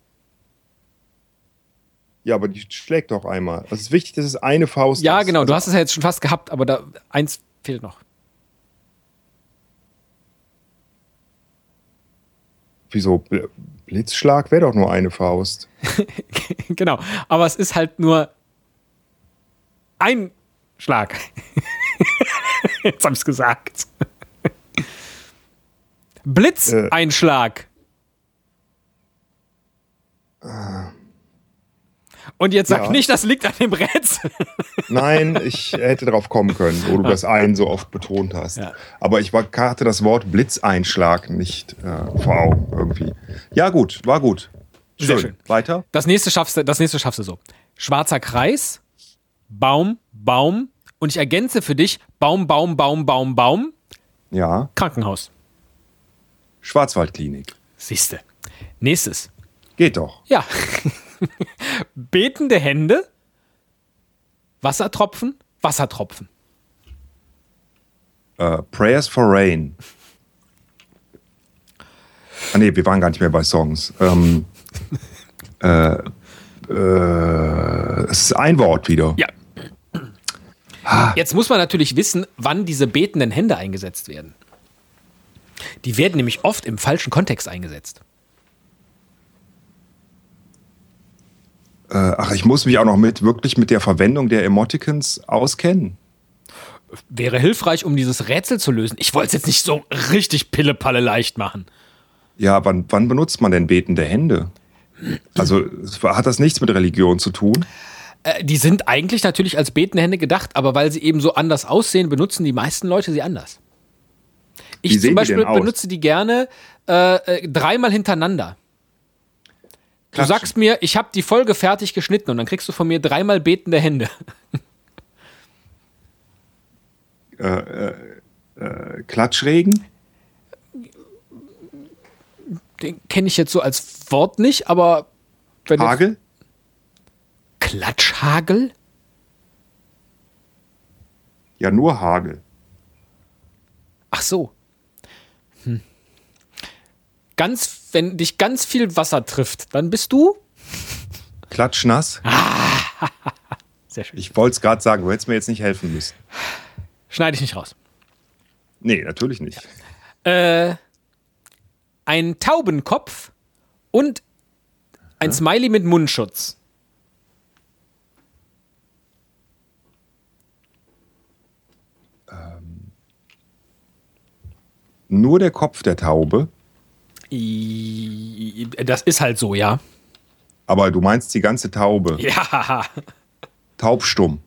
Speaker 1: Ja, aber die schlägt doch einmal. Es ist wichtig, dass es eine Faust
Speaker 2: Ja,
Speaker 1: ist.
Speaker 2: genau. Du hast es ja jetzt schon fast gehabt, aber da eins fehlt noch. *laughs*
Speaker 1: Wieso? Bl- Blitzschlag wäre doch nur eine Faust.
Speaker 2: genau. Aber es ist halt nur ein Schlag. *laughs* jetzt hab ich's gesagt.
Speaker 1: Äh.
Speaker 2: Blitzeinschlag. Und jetzt sag
Speaker 1: Ja.
Speaker 2: nicht, das liegt an dem Rätsel. *laughs*
Speaker 1: Nein, ich hätte drauf kommen können, wo du das ein so oft betont hast.
Speaker 2: Ja.
Speaker 1: Aber ich war, hatte das Wort Blitzeinschlag nicht äh, vor Augen irgendwie. Ja, gut, war gut. Schön.
Speaker 2: Sehr schön.
Speaker 1: Weiter?
Speaker 2: Das nächste schaffst du, das nächste schaffst du so. Schwarzer Kreis, Baum, Baum und ich ergänze für dich Baum, Baum, Baum, Baum, Baum,
Speaker 1: Ja.
Speaker 2: Krankenhaus.
Speaker 1: Schwarzwaldklinik.
Speaker 2: Siehste. Nächstes.
Speaker 1: Geht doch.
Speaker 2: Ja. *laughs* Betende Hände, Wassertropfen, Wassertropfen.
Speaker 1: Äh, Prayers for Rain. Ah, nee, wir waren gar nicht mehr bei Songs. Ähm, *laughs* äh, Äh, es ist ein Wort wieder.
Speaker 2: Ja. Jetzt muss man natürlich wissen, wann diese betenden Hände eingesetzt werden. Die werden nämlich oft im falschen Kontext eingesetzt.
Speaker 1: Äh, ach, ich muss mich auch noch mit wirklich mit der Verwendung der Emoticons auskennen.
Speaker 2: Wäre hilfreich, um dieses Rätsel zu lösen. Ich wollte es jetzt nicht so richtig pillepalle leicht machen.
Speaker 1: Ja, wann, wann benutzt man denn betende Hände? Also es war- hat das nichts mit Religion zu tun?
Speaker 2: Äh, die sind eigentlich natürlich als betende Hände gedacht, aber weil sie eben so anders aussehen, benutzen die meisten Leute sie anders.
Speaker 1: Wie
Speaker 2: Ich
Speaker 1: sehen
Speaker 2: zum
Speaker 1: die
Speaker 2: Beispiel
Speaker 1: denn aus?
Speaker 2: benutze die gerne äh, äh, dreimal hintereinander. Du
Speaker 1: Klatschen.
Speaker 2: sagst mir, ich habe die Folge fertig geschnitten und dann kriegst du von mir dreimal betende Hände. *laughs*
Speaker 1: Klatschregen?
Speaker 2: Den kenne ich jetzt so als Wort nicht, aber wenn du-
Speaker 1: Hagel?
Speaker 2: Klatschhagel?
Speaker 1: Ja, nur Hagel.
Speaker 2: Ach so. Hm. Ganz, wenn dich ganz viel Wasser trifft, dann bist du.
Speaker 1: Klatschnass?
Speaker 2: Sehr schön.
Speaker 1: Ich wollte es gerade sagen, du hättest mir jetzt nicht helfen müssen.
Speaker 2: Schneide ich nicht raus.
Speaker 1: Nee, natürlich nicht.
Speaker 2: Ein Taubenkopf und ein Smiley mit Mundschutz.
Speaker 1: Nur der Kopf der Taube.
Speaker 2: I- Das ist halt
Speaker 1: *laughs*
Speaker 2: so, ja.
Speaker 1: Aber du meinst die ganze Taube.
Speaker 2: Ja.
Speaker 1: Taubstumm.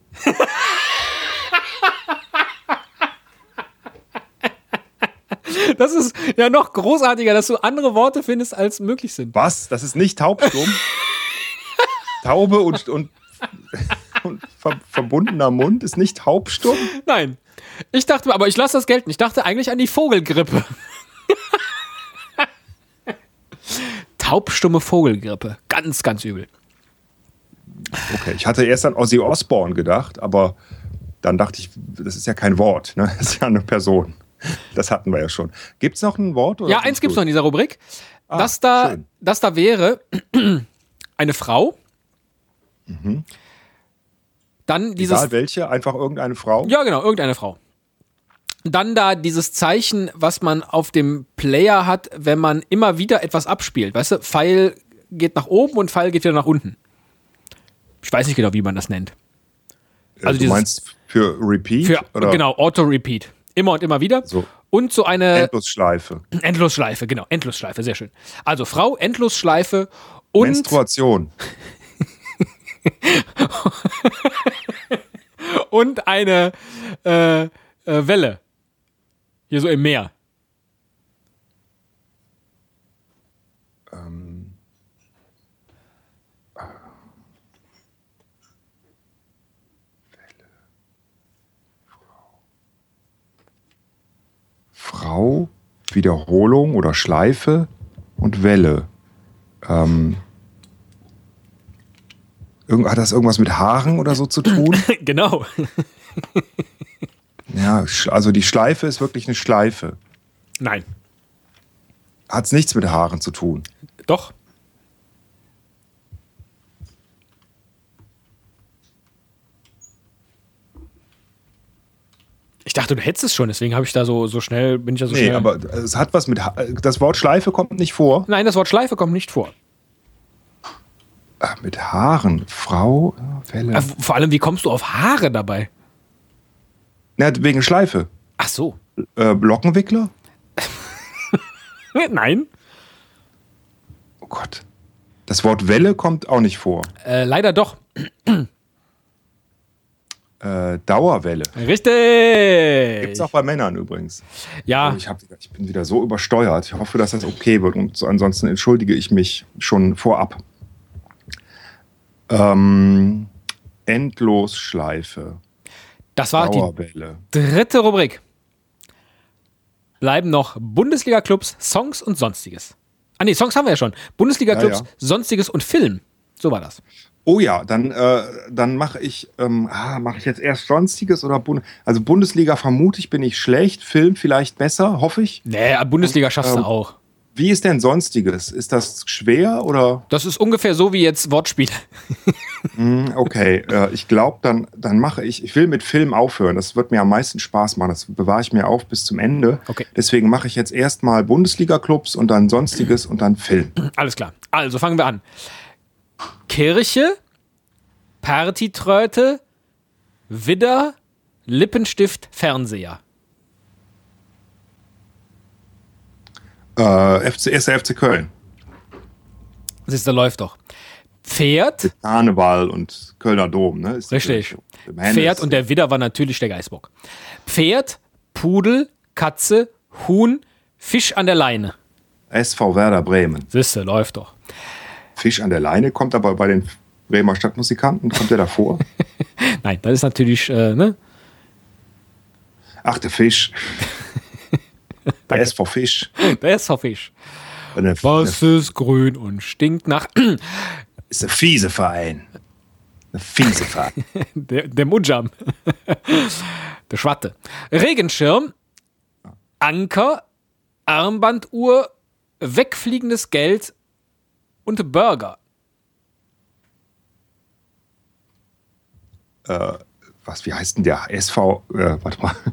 Speaker 2: Das ist ja noch großartiger, dass du andere Worte findest, als möglich sind.
Speaker 1: Was? Das ist nicht
Speaker 2: *laughs*
Speaker 1: taubstumm? Taube und, und, *laughs* und ver verbundener Mund ist nicht taubstumm?
Speaker 2: Nein. Ich dachte, aber ich lasse das gelten. Ich dachte eigentlich an die Vogelgrippe. *laughs* Taubstumme Vogelgrippe. Ganz, ganz übel.
Speaker 1: Okay, ich hatte erst an Ozzy Osbourne gedacht, aber dann dachte ich, das ist ja kein Wort, ne? das ist ja eine Person. Das hatten wir ja schon. Gibt es noch ein Wort? Oder
Speaker 2: Ja, eins gibt's noch in dieser Rubrik. dass,
Speaker 1: Ah,
Speaker 2: da,
Speaker 1: schön.
Speaker 2: dass da wäre *clears throat* eine Frau. Dann dieses.
Speaker 1: Mhm. Egal welche, einfach irgendeine Frau.
Speaker 2: Ja, genau, irgendeine Frau. Dann da dieses Zeichen, was man auf dem Player hat, wenn man immer wieder etwas abspielt. Weißt du, Pfeil geht nach oben und Pfeil geht wieder nach unten. Ich weiß nicht genau, wie man das nennt.
Speaker 1: Äh,
Speaker 2: also
Speaker 1: du
Speaker 2: dieses-
Speaker 1: meinst für Repeat?
Speaker 2: Für,
Speaker 1: oder
Speaker 2: genau, Auto-Repeat. Immer und immer wieder.
Speaker 1: So.
Speaker 2: Und so eine
Speaker 1: Endlosschleife.
Speaker 2: Endlosschleife, genau, Endlosschleife, sehr schön. Also Frau, Endlosschleife und,
Speaker 1: Menstruation.
Speaker 2: und eine äh, äh, Welle. Hier so im Meer. *laughs*
Speaker 1: Frau, Wiederholung oder Schleife und Welle. Ähm, irgend- hat das irgendwas mit Haaren oder so zu tun?
Speaker 2: genau.
Speaker 1: ja, sch- also die Schleife ist wirklich eine Schleife.
Speaker 2: Nein.
Speaker 1: Hat es nichts mit Haaren zu tun.
Speaker 2: Doch. Ich dachte, du hättest es schon, deswegen habe ich da so, so schnell, bin ich da so
Speaker 1: Nee,
Speaker 2: schnell.
Speaker 1: aber es hat was mit. Ha das Wort Schleife kommt nicht vor.
Speaker 2: Nein, das Wort Schleife kommt nicht vor.
Speaker 1: Ah, mit Haaren. Frau, ja, Welle.
Speaker 2: Äh, Vor allem, wie kommst du auf Haare dabei?
Speaker 1: Na, wegen Schleife.
Speaker 2: Ach so. *laughs*
Speaker 1: Äh, Lockenwickler?
Speaker 2: Nein.
Speaker 1: Oh Gott. Das Wort Welle kommt auch nicht vor.
Speaker 2: Äh, leider doch.
Speaker 1: Äh, Dauerwelle.
Speaker 2: Richtig.
Speaker 1: Gibt's auch bei Männern übrigens.
Speaker 2: Ja,
Speaker 1: Oh, Ich, hab, ich bin wieder so übersteuert. Ich hoffe, dass das okay wird. Und so- ansonsten entschuldige ich mich schon vorab. Ähm, Endlosschleife.
Speaker 2: das war die
Speaker 1: Dauerwelle.
Speaker 2: dritte Rubrik. Bleiben noch Bundesliga-Clubs, Songs und Sonstiges. Ah nee, Songs haben wir ja schon. Bundesliga-Clubs,
Speaker 1: Ja, ja.
Speaker 2: Sonstiges und Film. So war das.
Speaker 1: Oh ja, dann, äh, dann mache ich, ähm, ah, mache ich jetzt erst Sonstiges oder Bund also Bundesliga vermute ich, bin ich schlecht, Film vielleicht besser, hoffe ich.
Speaker 2: Nee, Bundesliga schaffst
Speaker 1: Ähm,
Speaker 2: du auch.
Speaker 1: Wie ist denn sonstiges? Ist das schwer oder?
Speaker 2: Das ist ungefähr so wie jetzt Wortspiele. *laughs*
Speaker 1: Hm, Okay, äh, ich glaube, dann, dann mache ich, ich will mit Film aufhören. Das wird mir am meisten Spaß machen. Das bewahre ich mir auf bis zum Ende.
Speaker 2: Okay.
Speaker 1: Deswegen mache ich jetzt erstmal Bundesliga-Clubs und dann sonstiges und dann Film.
Speaker 2: Alles klar. Also fangen wir an. Kirche, Partytröte, Widder, Lippenstift, Fernseher.
Speaker 1: Äh, FC, 1. FC Köln.
Speaker 2: Siehst du, läuft doch. Pferd,
Speaker 1: Karneval und Kölner Dom, ne? Ist
Speaker 2: Richtig.
Speaker 1: natürlich- Man
Speaker 2: Pferd
Speaker 1: ist-
Speaker 2: und der Widder war natürlich der Geißbock. Pferd, Pudel, Katze, Huhn, Fisch an der Leine.
Speaker 1: SV Werder Bremen.
Speaker 2: Siehst du, läuft doch.
Speaker 1: Fisch an der Leine kommt aber bei den Bremer Stadtmusikanten, kommt der davor?
Speaker 2: Nein, das ist natürlich, äh, ne?
Speaker 1: Ach, der
Speaker 2: *laughs*
Speaker 1: Fisch. der SV Fisch.
Speaker 2: Der ist Fisch.
Speaker 1: Eine, eine,
Speaker 2: Was ist grün und stinkt nach *clears throat*
Speaker 1: ist ein fiese Verein. Ein fiese Verein.
Speaker 2: Der, der Mujam. *laughs* der Schwatte. Regenschirm, Anker, Armbanduhr, wegfliegendes Geld und Burger. *laughs*
Speaker 1: Was, wie heißt denn der? SV, äh, warte mal. *laughs*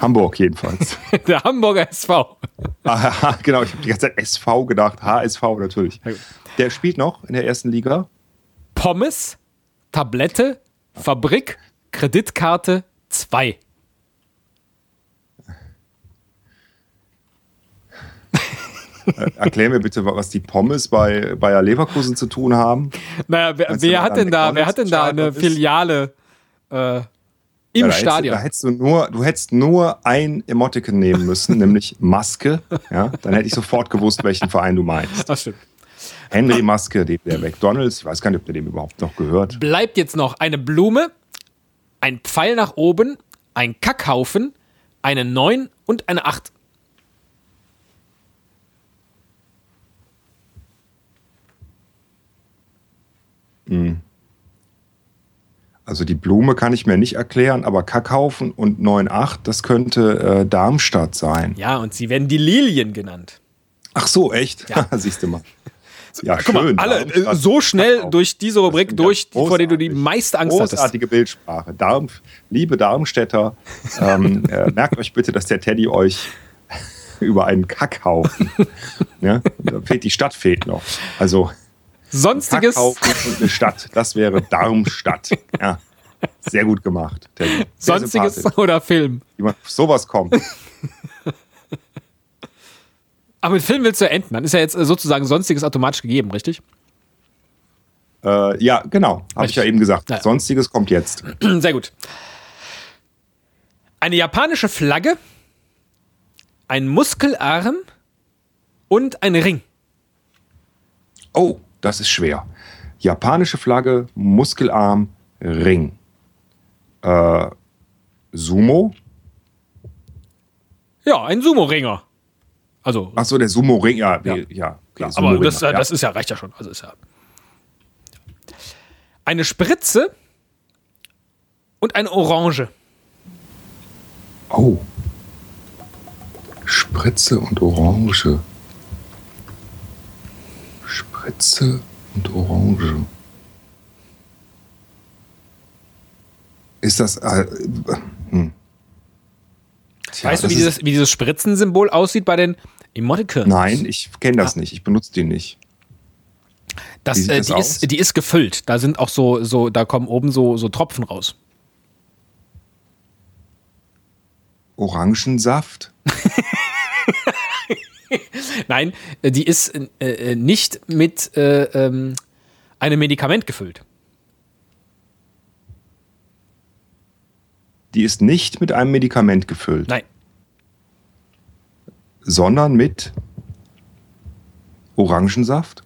Speaker 1: Hamburg
Speaker 2: *laughs*
Speaker 1: jedenfalls.
Speaker 2: Der Hamburger SV.
Speaker 1: Aha, genau, ich habe die ganze Zeit SV gedacht. HSV natürlich. Der spielt noch in der ersten Liga.
Speaker 2: Pommes, Tablette, Fabrik, Kreditkarte 2.
Speaker 1: Erklär mir bitte, was die Pommes bei Bayer Leverkusen zu tun haben.
Speaker 2: Naja, wer,
Speaker 1: Meinst du,
Speaker 2: wer
Speaker 1: wenn
Speaker 2: hat
Speaker 1: man
Speaker 2: denn da, wer
Speaker 1: McDonald's
Speaker 2: hat denn da eine
Speaker 1: Stadion ist?
Speaker 2: Filiale äh, im
Speaker 1: Ja, da
Speaker 2: Stadion?
Speaker 1: Hättest, du- da hättest du nur, du hättest nur ein Emoticon nehmen müssen, *laughs* nämlich Maske. Ja, dann hätte ich sofort gewusst, welchen Verein du meinst.
Speaker 2: das stimmt.
Speaker 1: Henry Maske, dem der McDonalds, ich weiß gar nicht, ob der dem überhaupt noch gehört.
Speaker 2: bleibt jetzt noch eine Blume, ein Pfeil nach oben, ein Kackhaufen, eine 9 und eine 8.
Speaker 1: Also die Blume kann ich mir nicht erklären, aber Kackhaufen und 9,8, das könnte äh, Darmstadt sein.
Speaker 2: Ja, und sie werden die Lilien genannt.
Speaker 1: Ach so, echt?
Speaker 2: Ja.
Speaker 1: *laughs* Siehst du mal. Ja,
Speaker 2: Guck mal,
Speaker 1: schön.
Speaker 2: alle äh,
Speaker 1: Darmstadt,
Speaker 2: so schnell
Speaker 1: Kackhaufen.
Speaker 2: durch diese Rubrik
Speaker 1: Klingt
Speaker 2: durch,
Speaker 1: ja
Speaker 2: vor der du die
Speaker 1: großartig.
Speaker 2: meiste Angst hattest.
Speaker 1: Großartige Bildsprache. Darm, liebe Darmstädter,
Speaker 2: *laughs*
Speaker 1: ähm, äh, merkt euch bitte, dass der Teddy euch *laughs* über einen Kackhaufen. ne? Da fehlt die Stadt fehlt noch. Also
Speaker 2: Sonstiges,
Speaker 1: Kackhaufen und eine Stadt. Das wäre Darmstadt. Ja. Sehr gut gemacht, Teddy. Sehr
Speaker 2: sonstiges
Speaker 1: sympathisch,
Speaker 2: *laughs* oder Film.
Speaker 1: Wie man auf sowas kommt.
Speaker 2: Aber mit Film willst du ja enden, dann ist ja jetzt äh, sozusagen sonstiges automatisch gegeben, richtig? *clears throat*
Speaker 1: Äh, ja, genau. Habe ich ja eben gesagt.
Speaker 2: Naja.
Speaker 1: Sonstiges kommt jetzt.
Speaker 2: Sehr gut. Eine japanische Flagge, ein Muskelarm und ein Ring.
Speaker 1: Oh, das ist schwer. Japanische Flagge, Muskelarm, Ring. Äh, Sumo?
Speaker 2: Ja, ein Sumo-Ringer. Also,
Speaker 1: Achso, der Sumo-Ring. Ja, ja. ja okay,
Speaker 2: aber
Speaker 1: Ah, Sumo-Ringer,
Speaker 2: das, äh,
Speaker 1: ja.
Speaker 2: das ist ja, reicht ja schon. Also ist ja. Eine Spritze und eine Orange.
Speaker 1: Oh. Spritze und Orange. Spritze und Orange. Ist das. Äh, hm. Tja, das
Speaker 2: weißt du, wie
Speaker 1: ist-
Speaker 2: dieses, wie dieses Spritzensymbol aussieht bei den Emoticons?
Speaker 1: Nein, ich kenne
Speaker 2: Ah.
Speaker 1: das nicht. Ich benutze die nicht. wie
Speaker 2: das,
Speaker 1: sieht
Speaker 2: äh,
Speaker 1: das
Speaker 2: die,
Speaker 1: aus?
Speaker 2: ist, die ist gefüllt. Da sind auch so, so da kommen oben so, so Tropfen raus.
Speaker 1: Orangensaft?
Speaker 2: Nein, äh, die ist äh, äh, nicht mit äh, ähm, einem Medikament gefüllt.
Speaker 1: Die ist nicht mit einem Medikament gefüllt,
Speaker 2: Nein. *laughs*
Speaker 1: sondern mit Orangensaft?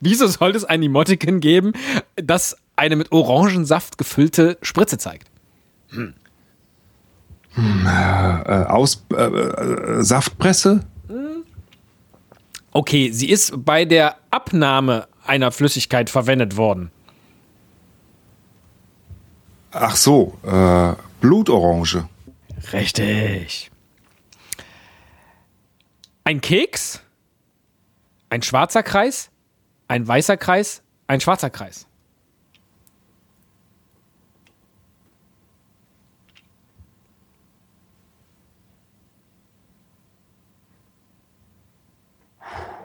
Speaker 2: Wieso sollte es ein Emoticon geben, das eine mit Orangensaft gefüllte Spritze zeigt?
Speaker 1: Äh, aus, äh, äh, Saftpresse?
Speaker 2: Okay, sie ist bei der Abnahme einer Flüssigkeit verwendet worden.
Speaker 1: Ach so, äh, Blutorange.
Speaker 2: Richtig. Ein Keks, ein schwarzer Kreis, ein weißer Kreis, ein schwarzer Kreis.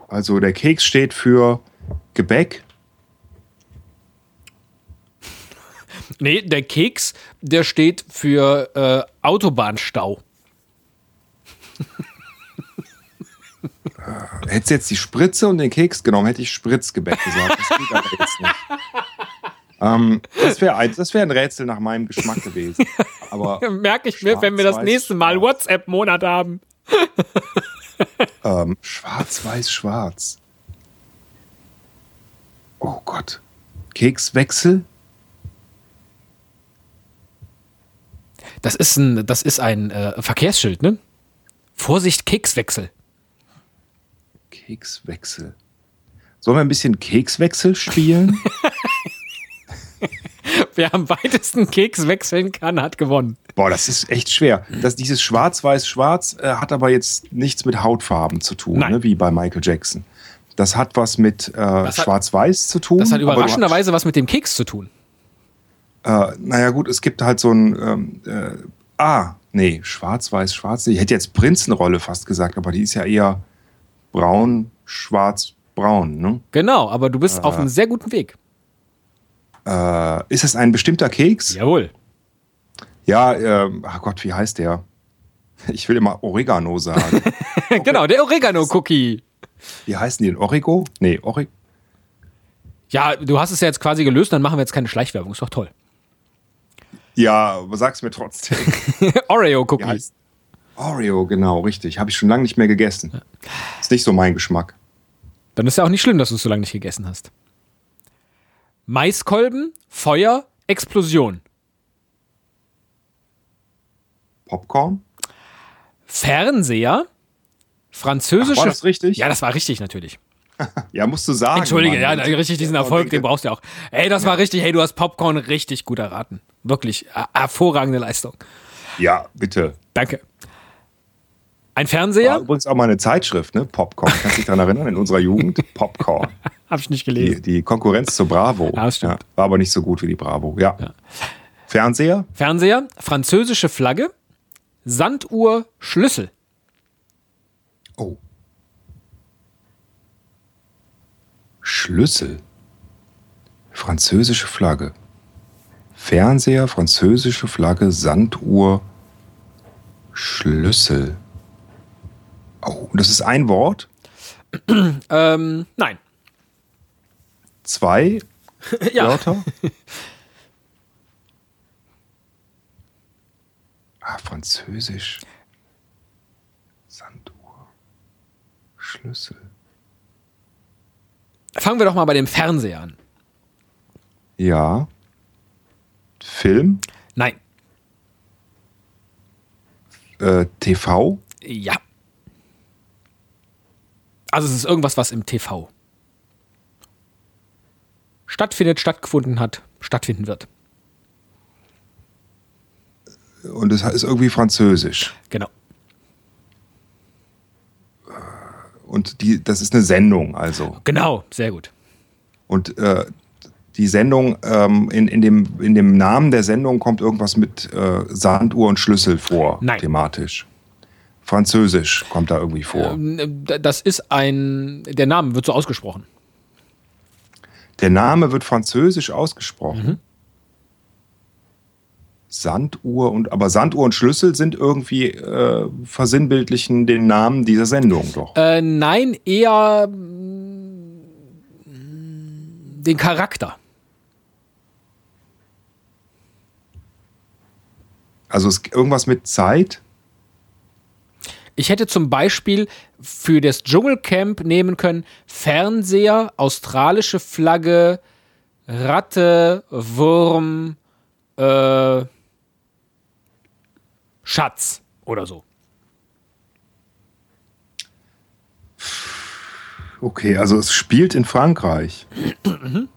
Speaker 1: Also der Keks steht für Gebäck.
Speaker 2: Nee, der Keks, der steht für äh, Autobahnstau. *laughs*
Speaker 1: Hättest du jetzt die Spritze und den Keks genommen, hätte ich Spritzgebäck gesagt. Das geht aber jetzt nicht. Ähm, das wäre ein, das wär ein Rätsel nach meinem Geschmack gewesen. Aber
Speaker 2: Merke ich mir, wenn wir das
Speaker 1: Schwarz-Weiß,
Speaker 2: nächste Mal
Speaker 1: schwarz.
Speaker 2: WhatsApp-Monat haben.
Speaker 1: ähm, schwarz, weiß, schwarz. Oh Gott. Kekswechsel?
Speaker 2: Das ist ein, das ist ein äh, Verkehrsschild, ne? Vorsicht, Kekswechsel.
Speaker 1: Kekswechsel. Sollen wir ein bisschen Kekswechsel
Speaker 2: *laughs*
Speaker 1: spielen?
Speaker 2: *laughs* Wer am weitesten Keks wechseln kann, hat gewonnen.
Speaker 1: Boah, das ist echt schwer. Das, dieses Schwarz-Weiß-Schwarz äh, hat aber jetzt nichts mit Hautfarben zu tun,
Speaker 2: Nein.
Speaker 1: ne, wie bei Michael Jackson. Das hat was mit äh,
Speaker 2: hat-
Speaker 1: Schwarz-Weiß zu tun.
Speaker 2: Das hat
Speaker 1: aber du
Speaker 2: überraschenderweise was mit dem Keks zu tun.
Speaker 1: Hast, äh, naja, gut, es gibt halt so ein. Ähm, äh, ah, nee, Schwarz-Weiß, Schwarz. Ich hätte jetzt Prinzenrolle fast gesagt, aber die ist ja eher braun, schwarz, braun. Ne?
Speaker 2: Genau, aber du bist auf einem sehr guten Weg.
Speaker 1: Äh, ist es ein bestimmter Keks?
Speaker 2: Jawohl.
Speaker 1: Ja, äh, ach Gott, wie heißt der? *laughs* Ich will immer Oregano
Speaker 2: *laughs*
Speaker 1: sagen.
Speaker 2: Genau, der Oregano-Cookie.
Speaker 1: wie heißen die denn? Origo? Nee, Orig.
Speaker 2: Ja, du hast es ja jetzt quasi gelöst, dann machen wir jetzt keine Schleichwerbung, ist doch toll.
Speaker 1: Ja, aber sag's mir trotzdem.
Speaker 2: Oreo-Cookie.
Speaker 1: Oreo, genau, richtig. Habe ich schon lange nicht mehr gegessen. Ist nicht so mein Geschmack.
Speaker 2: Dann ist ja auch nicht schlimm, dass du es so lange nicht gegessen hast. Maiskolben, Feuer, Explosion.
Speaker 1: Popcorn?
Speaker 2: Fernseher, französische.
Speaker 1: Ach, war das richtig?
Speaker 2: Ja, das war richtig natürlich.
Speaker 1: Ja, musst du sagen.
Speaker 2: Entschuldige,
Speaker 1: Mann.
Speaker 2: ja, richtig diesen
Speaker 1: Ja,
Speaker 2: Erfolg, den
Speaker 1: denke,
Speaker 2: brauchst du auch. Ey, das war richtig. Hey, du hast Popcorn richtig gut erraten. Wirklich äh, hervorragende Leistung.
Speaker 1: Ja, bitte.
Speaker 2: Danke. Ein
Speaker 1: War
Speaker 2: Fernseher?
Speaker 1: übrigens auch mal eine Zeitschrift, ne? Popcorn. Kannst du dich daran erinnern? In unserer
Speaker 2: *laughs*
Speaker 1: Jugend? Popcorn.
Speaker 2: Hab ich nicht
Speaker 1: Die,
Speaker 2: gelesen.
Speaker 1: die Konkurrenz zur Bravo.
Speaker 2: Ja, das stimmt.
Speaker 1: war aber nicht so gut wie die Bravo. Ja. Fernseher?
Speaker 2: Fernseher, französische Flagge, Sanduhr, Schlüssel.
Speaker 1: Oh. Schlüssel. Französische Flagge. Fernseher, französische Flagge, Sanduhr, Schlüssel. Oh, das ist ein Wort?
Speaker 2: Ähm, nein.
Speaker 1: Zwei
Speaker 2: Ja.
Speaker 1: Wörter? *laughs* ah, französisch. Sanduhr. Schlüssel.
Speaker 2: Fangen wir doch mal bei dem Fernseher an.
Speaker 1: Ja. Film?
Speaker 2: Nein.
Speaker 1: Äh, TV?
Speaker 2: Ja. Also es ist irgendwas, was im TV stattfindet, stattgefunden hat, stattfinden wird.
Speaker 1: Und es ist irgendwie französisch.
Speaker 2: Genau.
Speaker 1: Und die, das ist eine Sendung, also.
Speaker 2: Genau, sehr gut.
Speaker 1: Und äh, die Sendung, ähm, in, in, dem, in dem Namen der Sendung kommt irgendwas mit äh, Sanduhr und Schlüssel vor,
Speaker 2: Nein.
Speaker 1: thematisch. Französisch kommt da irgendwie vor.
Speaker 2: Ähm, d- Das ist ein, der Name wird so ausgesprochen.
Speaker 1: Der Name wird französisch ausgesprochen.
Speaker 2: Mhm.
Speaker 1: Sanduhr und aber Sanduhr und Schlüssel sind irgendwie äh, versinnbildlichen den Namen dieser Sendung doch.
Speaker 2: Äh, nein, eher mm, den Charakter.
Speaker 1: Also es, irgendwas mit Zeit.
Speaker 2: Ich hätte zum Beispiel für das Dschungelcamp nehmen können Fernseher, australische Flagge, Ratte, Wurm, äh, Schatz oder so.
Speaker 1: Okay, also es spielt in Frankreich.
Speaker 2: Mhm.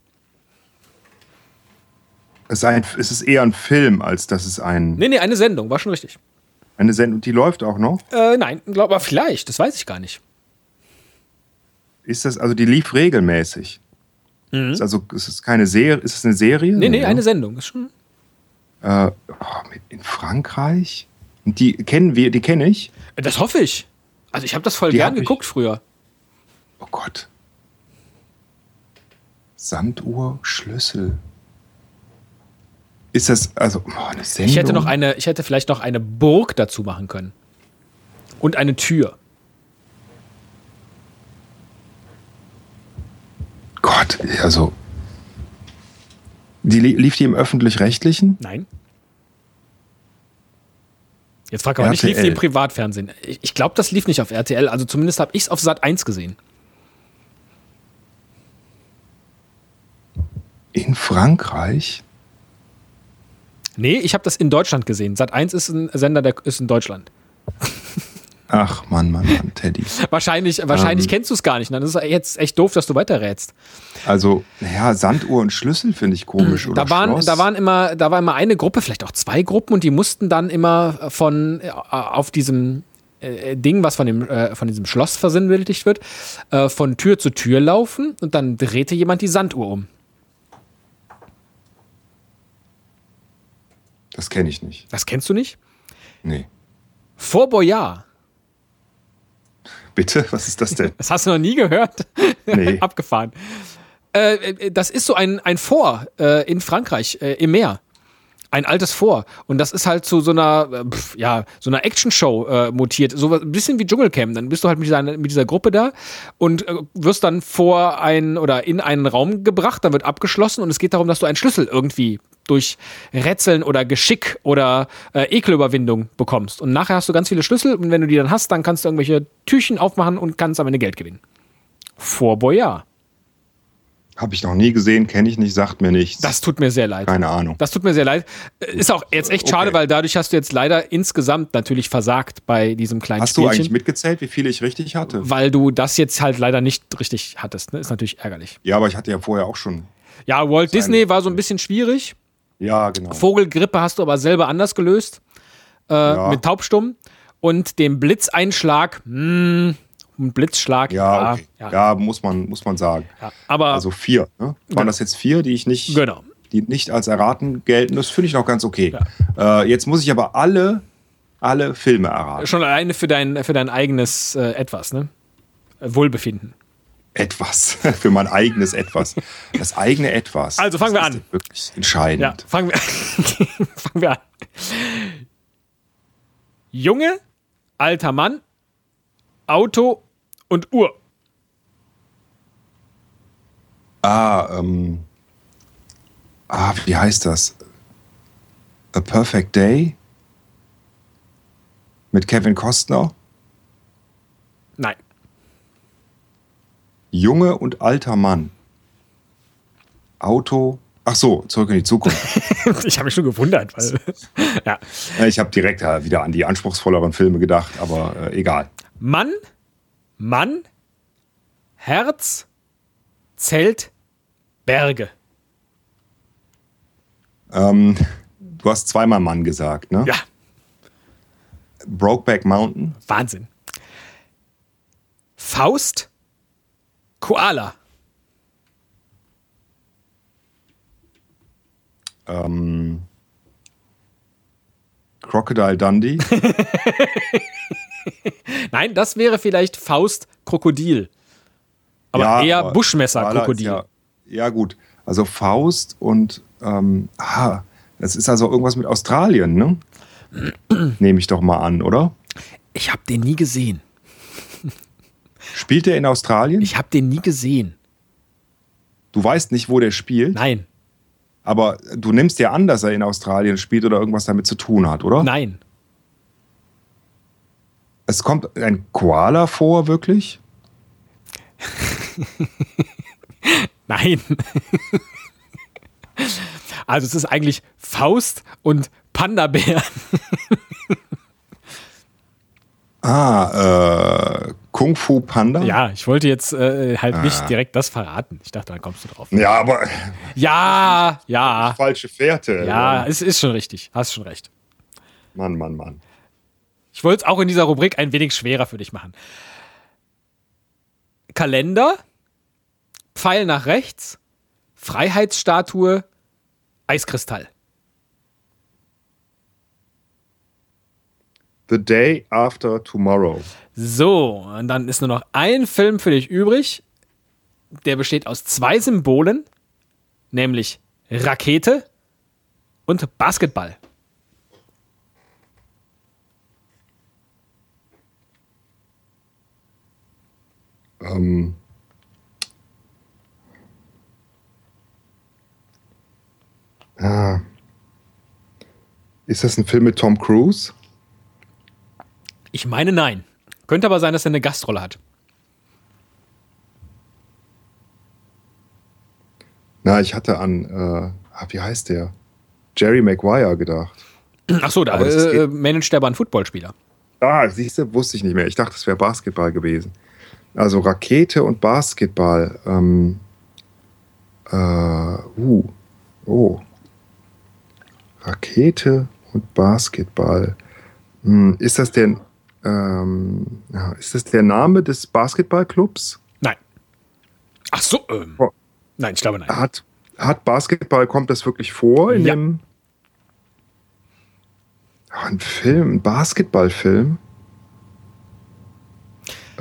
Speaker 1: es, ist ein, es ist eher ein Film, als dass es ein,
Speaker 2: Nee, nee, eine Sendung, war schon richtig.
Speaker 1: eine Sendung, die läuft auch noch.
Speaker 2: Äh, nein, glaube aber vielleicht, das weiß ich gar nicht.
Speaker 1: Ist das, also die lief regelmäßig. Ist also, ist es keine Serie, ist es eine Serie?
Speaker 2: Mhm. Nee, nee,
Speaker 1: Ja.
Speaker 2: eine Sendung. Ist schon.
Speaker 1: Äh, oh, mit- in Frankreich? Und die kennen wir, die kenne ich.
Speaker 2: Das hoffe ich. Also ich habe das voll
Speaker 1: Die
Speaker 2: gern
Speaker 1: hab ich.
Speaker 2: geguckt früher.
Speaker 1: Oh Gott. Sanduhr, Schlüssel. Ist das, also, oh, eine Sendung?
Speaker 2: Ich hätte noch eine, ich hätte vielleicht noch eine Burg dazu machen können. Und eine Tür.
Speaker 1: Gott, also. Die li- lief die im Öffentlich-Rechtlichen?
Speaker 2: Nein. Jetzt frag aber nicht, lief die
Speaker 1: RTL.
Speaker 2: im Privatfernsehen? Ich, ich glaube, das lief nicht auf RTL. Also zumindest habe ich es auf Sat 1 gesehen.
Speaker 1: In Frankreich?
Speaker 2: Nee, ich habe das in Deutschland gesehen. Sat 1 ist ein Sender, der ist in Deutschland.
Speaker 1: Ach, Mann, Mann, Mann, Teddy.
Speaker 2: Wahrscheinlich, wahrscheinlich kennst du es gar nicht. Ne? Das ist jetzt echt doof, dass du weiterrätst.
Speaker 1: Also, ja, Sanduhr und Schlüssel finde ich komisch. Oder
Speaker 2: Da waren,
Speaker 1: Schloss.
Speaker 2: da waren immer, da war immer eine Gruppe, vielleicht auch zwei Gruppen, und die mussten dann immer von äh, auf diesem äh, Ding, was von dem äh, von diesem Schloss versinnbildlicht wird, äh, von Tür zu Tür laufen und dann drehte jemand die Sanduhr um.
Speaker 1: Das kenne ich nicht.
Speaker 2: Das kennst du nicht?
Speaker 1: Nee.
Speaker 2: Vor Boyard.
Speaker 1: Bitte? Was ist das denn?
Speaker 2: Das hast du noch nie gehört.
Speaker 1: Nee.
Speaker 2: Abgefahren. Äh, äh, das ist so ein, ein Fort äh, in Frankreich, äh, im Meer. Ein altes Fort. Und das ist halt zu so einer, äh, pf, ja, so einer Action-Show äh, mutiert. So was- ein bisschen wie Dschungelcamp. Dann bist du halt mit dieser, mit dieser Gruppe da und äh, wirst dann vor einen oder in einen Raum gebracht. Dann wird abgeschlossen und es geht darum, dass du einen Schlüssel irgendwie durch Rätseln oder Geschick oder äh, Ekelüberwindung bekommst. Und nachher hast du ganz viele Schlüssel und wenn du die dann hast, dann kannst du irgendwelche Türchen aufmachen und kannst am Ende Geld gewinnen. Vor Boyard.
Speaker 1: Habe ich noch nie gesehen, kenne ich nicht, sagt mir nichts.
Speaker 2: Das tut mir sehr leid.
Speaker 1: Keine Ahnung.
Speaker 2: Das tut mir sehr leid. Äh, Ist auch jetzt echt
Speaker 1: Okay.
Speaker 2: schade, weil dadurch hast du jetzt leider insgesamt natürlich versagt bei diesem kleinen
Speaker 1: Hast du
Speaker 2: Spielchen.
Speaker 1: eigentlich mitgezählt, wie viele ich richtig hatte?
Speaker 2: weil du das jetzt halt leider nicht richtig hattest. Ne? Ist natürlich ärgerlich.
Speaker 1: Ja, aber ich hatte ja vorher auch schon.
Speaker 2: Ja, Walt Disney war so ein bisschen schwierig.
Speaker 1: Ja, genau.
Speaker 2: Vogelgrippe hast du aber selber anders gelöst. Äh,
Speaker 1: Ja.
Speaker 2: Mit Taubstumm. Und dem Blitzeinschlag, mh, ein Blitzschlag.
Speaker 1: ja, okay.
Speaker 2: ja,
Speaker 1: ja. muss, man, muss man sagen.
Speaker 2: ja. Aber
Speaker 1: Also vier. Ne? Waren das jetzt vier, die ich nicht,
Speaker 2: Genau.
Speaker 1: die nicht als erraten gelten? Das finde ich noch ganz okay. Äh, jetzt muss ich aber alle, alle Filme erraten.
Speaker 2: schon alleine für dein, für dein eigenes äh, Etwas, ne? Wohlbefinden.
Speaker 1: Etwas. *laughs* Für mein eigenes Etwas. Das eigene Etwas.
Speaker 2: Also fangen
Speaker 1: das
Speaker 2: wir
Speaker 1: ist
Speaker 2: an.
Speaker 1: Wirklich entscheidend.
Speaker 2: Ja, fangen wir, *laughs* fangen wir an. Junge, alter Mann, Auto und Uhr.
Speaker 1: Ah, ähm, ah, wie heißt das? A Perfect Day mit Kevin Costner.
Speaker 2: Nein. *laughs*
Speaker 1: Junge und alter Mann. Auto. Ach so, zurück in die Zukunft.
Speaker 2: Ich habe mich schon gewundert, weil. *laughs* ja.
Speaker 1: Äh, ich habe direkt äh, wieder an die anspruchsvolleren Filme gedacht, aber äh, egal.
Speaker 2: Mann, Mann, Herz, Zelt, Berge.
Speaker 1: Ähm, du hast zweimal Mann gesagt, ne?
Speaker 2: Ja,
Speaker 1: Brokeback Mountain,
Speaker 2: Wahnsinn. Faust, Koala.
Speaker 1: ähm, Crocodile Dundee,
Speaker 2: Nein, das wäre vielleicht Faust, Krokodil. Aber eher
Speaker 1: aber
Speaker 2: Buschmesser,
Speaker 1: Koala ist
Speaker 2: Krokodil.
Speaker 1: Ja, ja, gut. Also Faust und ähm, ah, das ist also irgendwas mit Australien, ne? *clears throat* Nehme ich doch mal an, oder?
Speaker 2: Ich habe den nie gesehen.
Speaker 1: Spielt der in Australien?
Speaker 2: Ich habe den nie gesehen.
Speaker 1: du weißt nicht, wo der spielt,
Speaker 2: Nein,
Speaker 1: aber du nimmst ja an, dass er in Australien spielt oder irgendwas damit zu tun hat, oder?
Speaker 2: nein.
Speaker 1: Es kommt ein Koala vor, wirklich?
Speaker 2: Nein. Also es ist eigentlich Faust und Panda-Bär.
Speaker 1: Ah, äh, Kung Fu Panda?
Speaker 2: Ja, ich wollte jetzt äh, halt nicht direkt das verraten. Ich dachte, dann kommst du drauf.
Speaker 1: Ja, aber *laughs*
Speaker 2: Ja, ja,
Speaker 1: falsche Fährte.
Speaker 2: ja, es ist schon richtig. Hast schon recht.
Speaker 1: Mann, Mann, Mann.
Speaker 2: Ich wollte es auch in dieser Rubrik ein wenig schwerer für dich machen. Kalender, Pfeil nach rechts, Freiheitsstatue, Eiskristall.
Speaker 1: The Day After Tomorrow.
Speaker 2: So, und dann ist nur noch ein Film für dich übrig. Der besteht aus zwei Symbolen, nämlich Rakete und Basketball.
Speaker 1: Ähm, ah. Ist das ein Film mit Tom Cruise?
Speaker 2: Ich meine nein. Könnte aber sein, dass er eine Gastrolle hat. *clears throat*
Speaker 1: Na, ich hatte an, äh, ah, wie heißt der? Jerry Maguire gedacht.
Speaker 2: Achso, da
Speaker 1: Aber das
Speaker 2: äh,
Speaker 1: geht-
Speaker 2: managt er aber einen Footballspieler.
Speaker 1: Ah, siehst du, wusste ich nicht mehr. Ich dachte, es wäre Basketball gewesen. Also Rakete und Basketball. Ähm, äh, uh, oh. Rakete und Basketball. Hm, ist das denn, ähm, ja, ist das der Name des Basketballclubs?
Speaker 2: Nein. Ach so, ähm.
Speaker 1: Oh.
Speaker 2: Nein, ich glaube nein.
Speaker 1: Hat, hat Basketball, kommt das wirklich vor in
Speaker 2: Ja.
Speaker 1: dem. Ah, Ein Film, ein Basketballfilm.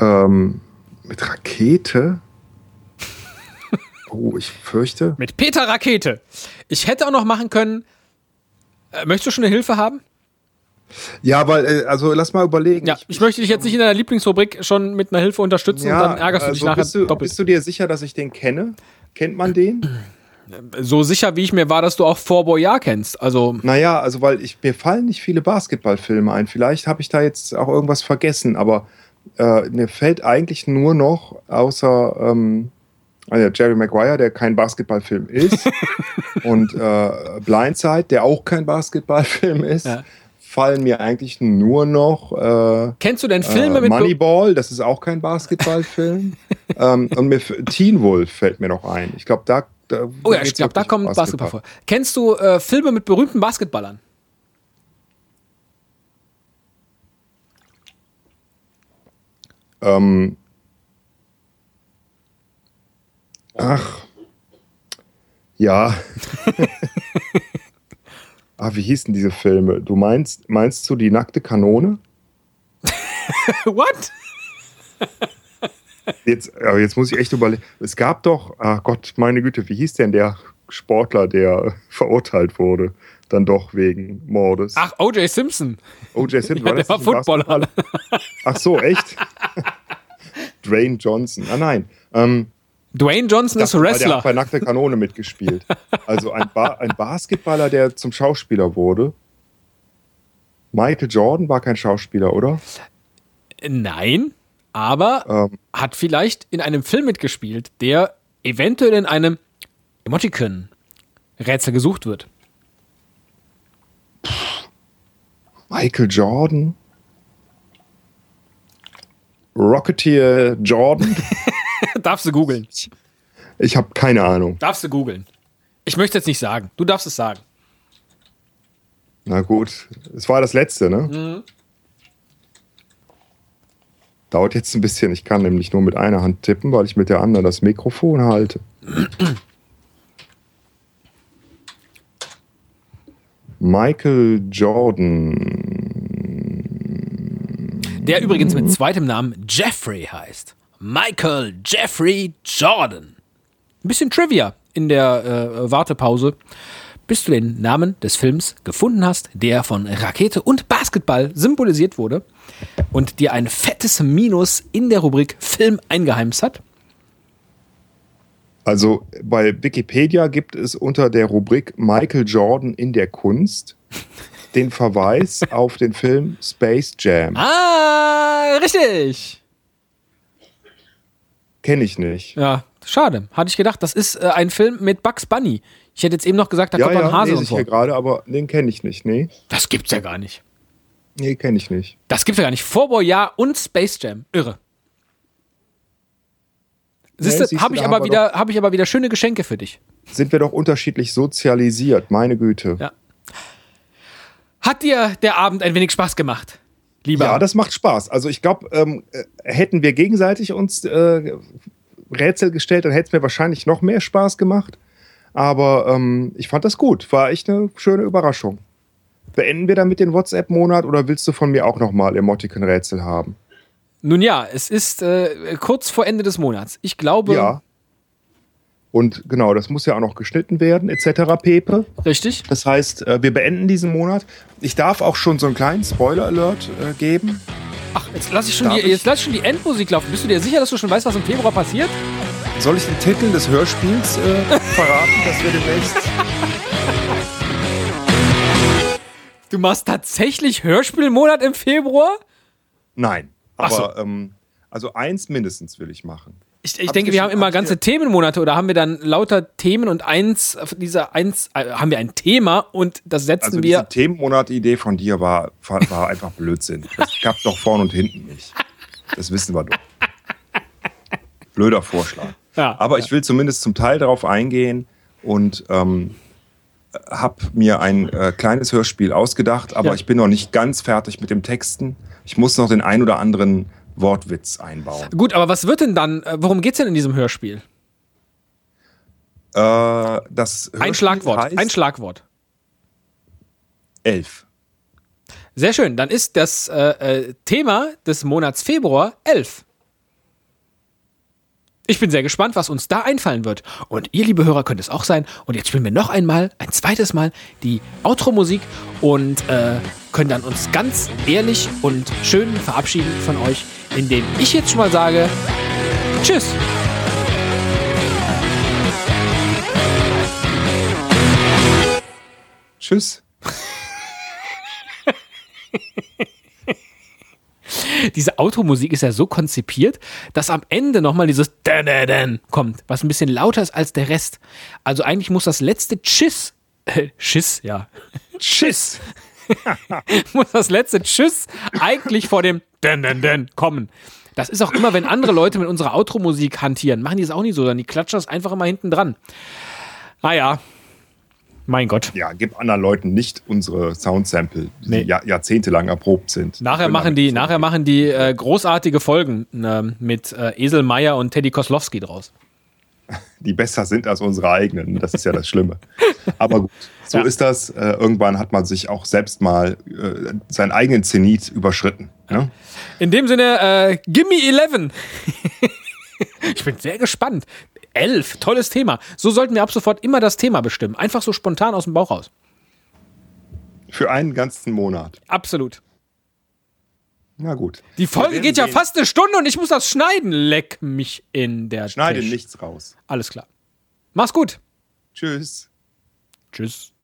Speaker 1: Ähm, mit
Speaker 2: *laughs*
Speaker 1: Rakete. Oh, ich fürchte.
Speaker 2: Mit Peter Rakete. Ich hätte auch noch machen können. Äh, möchtest du schon eine Hilfe haben?
Speaker 1: Ja, weil, äh, also lass mal überlegen.
Speaker 2: Ja, ich möchte dich jetzt nicht in deiner Lieblingsrubrik schon mit einer Hilfe unterstützen und dann ärgerst
Speaker 1: also
Speaker 2: du
Speaker 1: bist
Speaker 2: dich nachher
Speaker 1: du,
Speaker 2: doppelt.
Speaker 1: Bist du dir sicher, dass ich den kenne? Kennt man den?
Speaker 2: so sicher, wie ich mir war, dass du auch Vorboyard kennst. Also,
Speaker 1: Naja, also weil ich, mir fallen nicht viele Basketballfilme ein. Vielleicht habe ich da jetzt auch irgendwas vergessen, aber äh, mir fällt eigentlich nur noch, außer ähm, also Jerry Maguire, der kein Basketballfilm
Speaker 2: *laughs*
Speaker 1: ist, und äh, Blindside, der auch kein Basketballfilm ist,
Speaker 2: Ja.
Speaker 1: fallen mir eigentlich nur noch äh,
Speaker 2: kennst du denn Filme
Speaker 1: äh,
Speaker 2: mit Be-
Speaker 1: Moneyball, das ist auch kein
Speaker 2: *laughs*
Speaker 1: Basketballfilm. ähm, und mir, f- Teen Wolf fällt mir noch ein. Ich glaube, da, da.
Speaker 2: Oh ja, ich
Speaker 1: geht's
Speaker 2: glaube, da
Speaker 1: wirklich
Speaker 2: kommt
Speaker 1: um
Speaker 2: Basketball, vor. Kennst du äh, Filme mit berühmten Basketballern?
Speaker 1: Ähm, ach. Ja. *laughs* ah, wie hießen diese Filme? Du meinst, meinst du die nackte Kanone?
Speaker 2: What?
Speaker 1: Jetzt, äh, jetzt muss ich echt überlegen. Es gab doch, ach Gott, meine Güte, wie hieß denn der Sportler, der *laughs* verurteilt wurde? Dann doch wegen Mordes.
Speaker 2: Ach, O.J. Simpson.
Speaker 1: OJ Simpson
Speaker 2: Ah. Ja, der
Speaker 1: das
Speaker 2: war
Speaker 1: nicht ein
Speaker 2: Footballer. *laughs*
Speaker 1: Basketballer? Ach so, echt? *laughs* Dwayne Johnson. Ah nein. Ähm,
Speaker 2: Dwayne Johnson ist
Speaker 1: dachte, weil Der hat bei
Speaker 2: Wrestler.
Speaker 1: Nackter Kanone mitgespielt. Also ein, ba ein Basketballer, der zum Schauspieler wurde. Michael Jordan war kein Schauspieler, oder?
Speaker 2: Nein, aber
Speaker 1: Ähm,
Speaker 2: hat vielleicht in einem Film mitgespielt, der eventuell in einem Emoticon-Rätsel gesucht wird. *laughs*
Speaker 1: Michael Jordan. Rocketeer Jordan.
Speaker 2: darfst du googeln.
Speaker 1: Ich habe keine Ahnung.
Speaker 2: Darfst du googeln. Ich möchte jetzt nicht sagen. Du darfst es sagen.
Speaker 1: Na gut, es war das letzte, ne?
Speaker 2: Mhm.
Speaker 1: Dauert jetzt ein bisschen. Ich kann nämlich nur mit einer Hand tippen, weil ich mit der anderen das Mikrofon halte. Michael Jordan.
Speaker 2: Der übrigens mit zweitem Namen Jeffrey heißt. Michael Jeffrey Jordan. Ein bisschen Trivia in der äh, Wartepause, bis du den Namen des Films gefunden hast, der von Rakete und Basketball symbolisiert wurde und dir ein fettes Minus in der Rubrik Film eingeheimst hat.
Speaker 1: Also bei Wikipedia gibt es unter der Rubrik Michael Jordan in der Kunst den
Speaker 2: *laughs*
Speaker 1: Verweis auf den Film Space Jam.
Speaker 2: Ah, richtig.
Speaker 1: Kenne ich nicht.
Speaker 2: Ja, schade. Hatte ich gedacht, das ist äh, ein Film mit Bugs Bunny. Ich hätte jetzt eben noch gesagt, da
Speaker 1: Ja,
Speaker 2: kommt ein
Speaker 1: ja,
Speaker 2: Hase
Speaker 1: lese
Speaker 2: und
Speaker 1: ich
Speaker 2: so.
Speaker 1: hier gerade, aber den kenne ich nicht. Nee,
Speaker 2: Das gibt's ja gar nicht.
Speaker 1: nee kenne ich nicht.
Speaker 2: Das gibt's ja gar nicht. Vorboyard und Space Jam. Irre. Siehste,
Speaker 1: siehste,
Speaker 2: habe ich,
Speaker 1: da
Speaker 2: aber
Speaker 1: haben wir
Speaker 2: wieder, hab ich aber wieder schöne Geschenke für dich.
Speaker 1: sind wir doch unterschiedlich sozialisiert, meine Güte.
Speaker 2: Ja. Hat dir der Abend ein wenig Spaß gemacht? Lieber.
Speaker 1: Ja, das macht Spaß. Also ich glaube, ähm, äh, hätten wir gegenseitig uns äh, Rätsel gestellt, dann hätte es mir wahrscheinlich noch mehr Spaß gemacht. Aber ähm, ich fand das gut. War echt eine schöne Überraschung. Beenden wir damit den WhatsApp-Monat oder willst du von mir auch nochmal Emoticon-Rätsel haben?
Speaker 2: Nun ja, es ist äh, kurz vor Ende des Monats. Ich glaube,
Speaker 1: Ja. Und genau, das muss ja auch noch geschnitten werden, etc. Pepe.
Speaker 2: richtig?
Speaker 1: Das heißt, äh, wir beenden diesen Monat. Ich darf auch schon so einen kleinen Spoiler-Alert äh, geben.
Speaker 2: Ach, jetzt lass ich schon
Speaker 1: Darf
Speaker 2: die,
Speaker 1: ich?
Speaker 2: jetzt lass ich schon die Endmusik laufen. Bist du dir sicher, dass du schon weißt, was im Februar passiert?
Speaker 1: Soll ich den Titel des Hörspiels *laughs* äh, verraten, dass wir demnächst.
Speaker 2: Du machst tatsächlich Hörspielmonat im Februar?
Speaker 1: Nein.
Speaker 2: Ach so.
Speaker 1: Aber ähm, also eins mindestens will ich machen.
Speaker 2: Ich, ich
Speaker 1: Hab
Speaker 2: denke,
Speaker 1: ich
Speaker 2: wir
Speaker 1: schon-
Speaker 2: haben immer
Speaker 1: hab ich
Speaker 2: ganze
Speaker 1: ja-
Speaker 2: Themenmonate oder haben wir dann lauter Themen und eins dieser eins äh, haben wir ein Thema und das setzen
Speaker 1: Also diese
Speaker 2: wir.
Speaker 1: Themenmonat-Idee von dir war, war einfach *laughs* Blödsinn. Das gab doch vorn und hinten nicht. Das wissen wir doch. Blöder Vorschlag.
Speaker 2: Ja.
Speaker 1: Aber ich will zumindest zum Teil darauf eingehen und ähm, habe mir ein äh, kleines Hörspiel ausgedacht, aber
Speaker 2: Ja.
Speaker 1: ich bin noch nicht ganz fertig mit dem Texten. Ich muss noch den ein oder anderen Wortwitz einbauen.
Speaker 2: Gut, aber was wird denn dann? äh, Worum geht's denn in diesem Hörspiel?
Speaker 1: Äh, das Hörspiel
Speaker 2: Ein Schlagwort.
Speaker 1: heißt
Speaker 2: Ein Schlagwort.
Speaker 1: Elf.
Speaker 2: Sehr schön. Dann ist das äh, äh, Thema des Monats Februar 11. Ich bin sehr gespannt, was uns da einfallen wird. Und ihr, liebe Hörer, könnt es auch sein. Und jetzt spielen wir noch einmal, ein zweites Mal die Outro-Musik und äh, können dann uns ganz ehrlich und schön verabschieden von euch, indem ich jetzt schon mal sage: Tschüss.
Speaker 1: Tschüss.
Speaker 2: diese Automusik ist ja so konzipiert, dass am Ende nochmal dieses Dä-dä-dän kommt, was ein bisschen lauter ist als der Rest. Also eigentlich muss das letzte Tschüss, äh, Schiss, ja,
Speaker 1: Tschüss.
Speaker 2: *laughs* muss das letzte Tschüss eigentlich vor dem Dä-dä-dän kommen. Das ist auch immer, wenn andere Leute mit unserer Outro-Musik hantieren, machen die es auch nicht so, sondern die klatschen das einfach immer hinten dran. Ah ja, mein Gott.
Speaker 1: ja, gib anderen Leuten nicht unsere Soundsample, die ja, jahrzehntelang erprobt sind.
Speaker 2: Nachher
Speaker 1: Bin
Speaker 2: machen
Speaker 1: damit
Speaker 2: die,
Speaker 1: nicht
Speaker 2: nachher machen die äh, großartige Folgen ähm, mit äh, Esel Meier und Teddy Koslowski draus.
Speaker 1: die besser sind als unsere eigenen. ne, Das ist ja das
Speaker 2: *laughs*
Speaker 1: Schlimme. Aber gut, so ist das. Äh, irgendwann hat man sich auch selbst mal äh, seinen eigenen Zenit überschritten. Ne?
Speaker 2: In dem Sinne, äh, Gimme 11. *laughs* ich bin sehr gespannt. 11, tolles Thema. So sollten wir ab sofort immer das Thema bestimmen. Einfach so spontan aus dem Bauch raus.
Speaker 1: Für einen ganzen Monat.
Speaker 2: Absolut.
Speaker 1: Na gut.
Speaker 2: Die Folge geht ja fast eine Stunde und ich muss das schneiden. Leck mich in der
Speaker 1: Schneide
Speaker 2: Tisch.
Speaker 1: nichts raus.
Speaker 2: Alles klar. Mach's gut.
Speaker 1: Tschüss.
Speaker 2: Tschüss.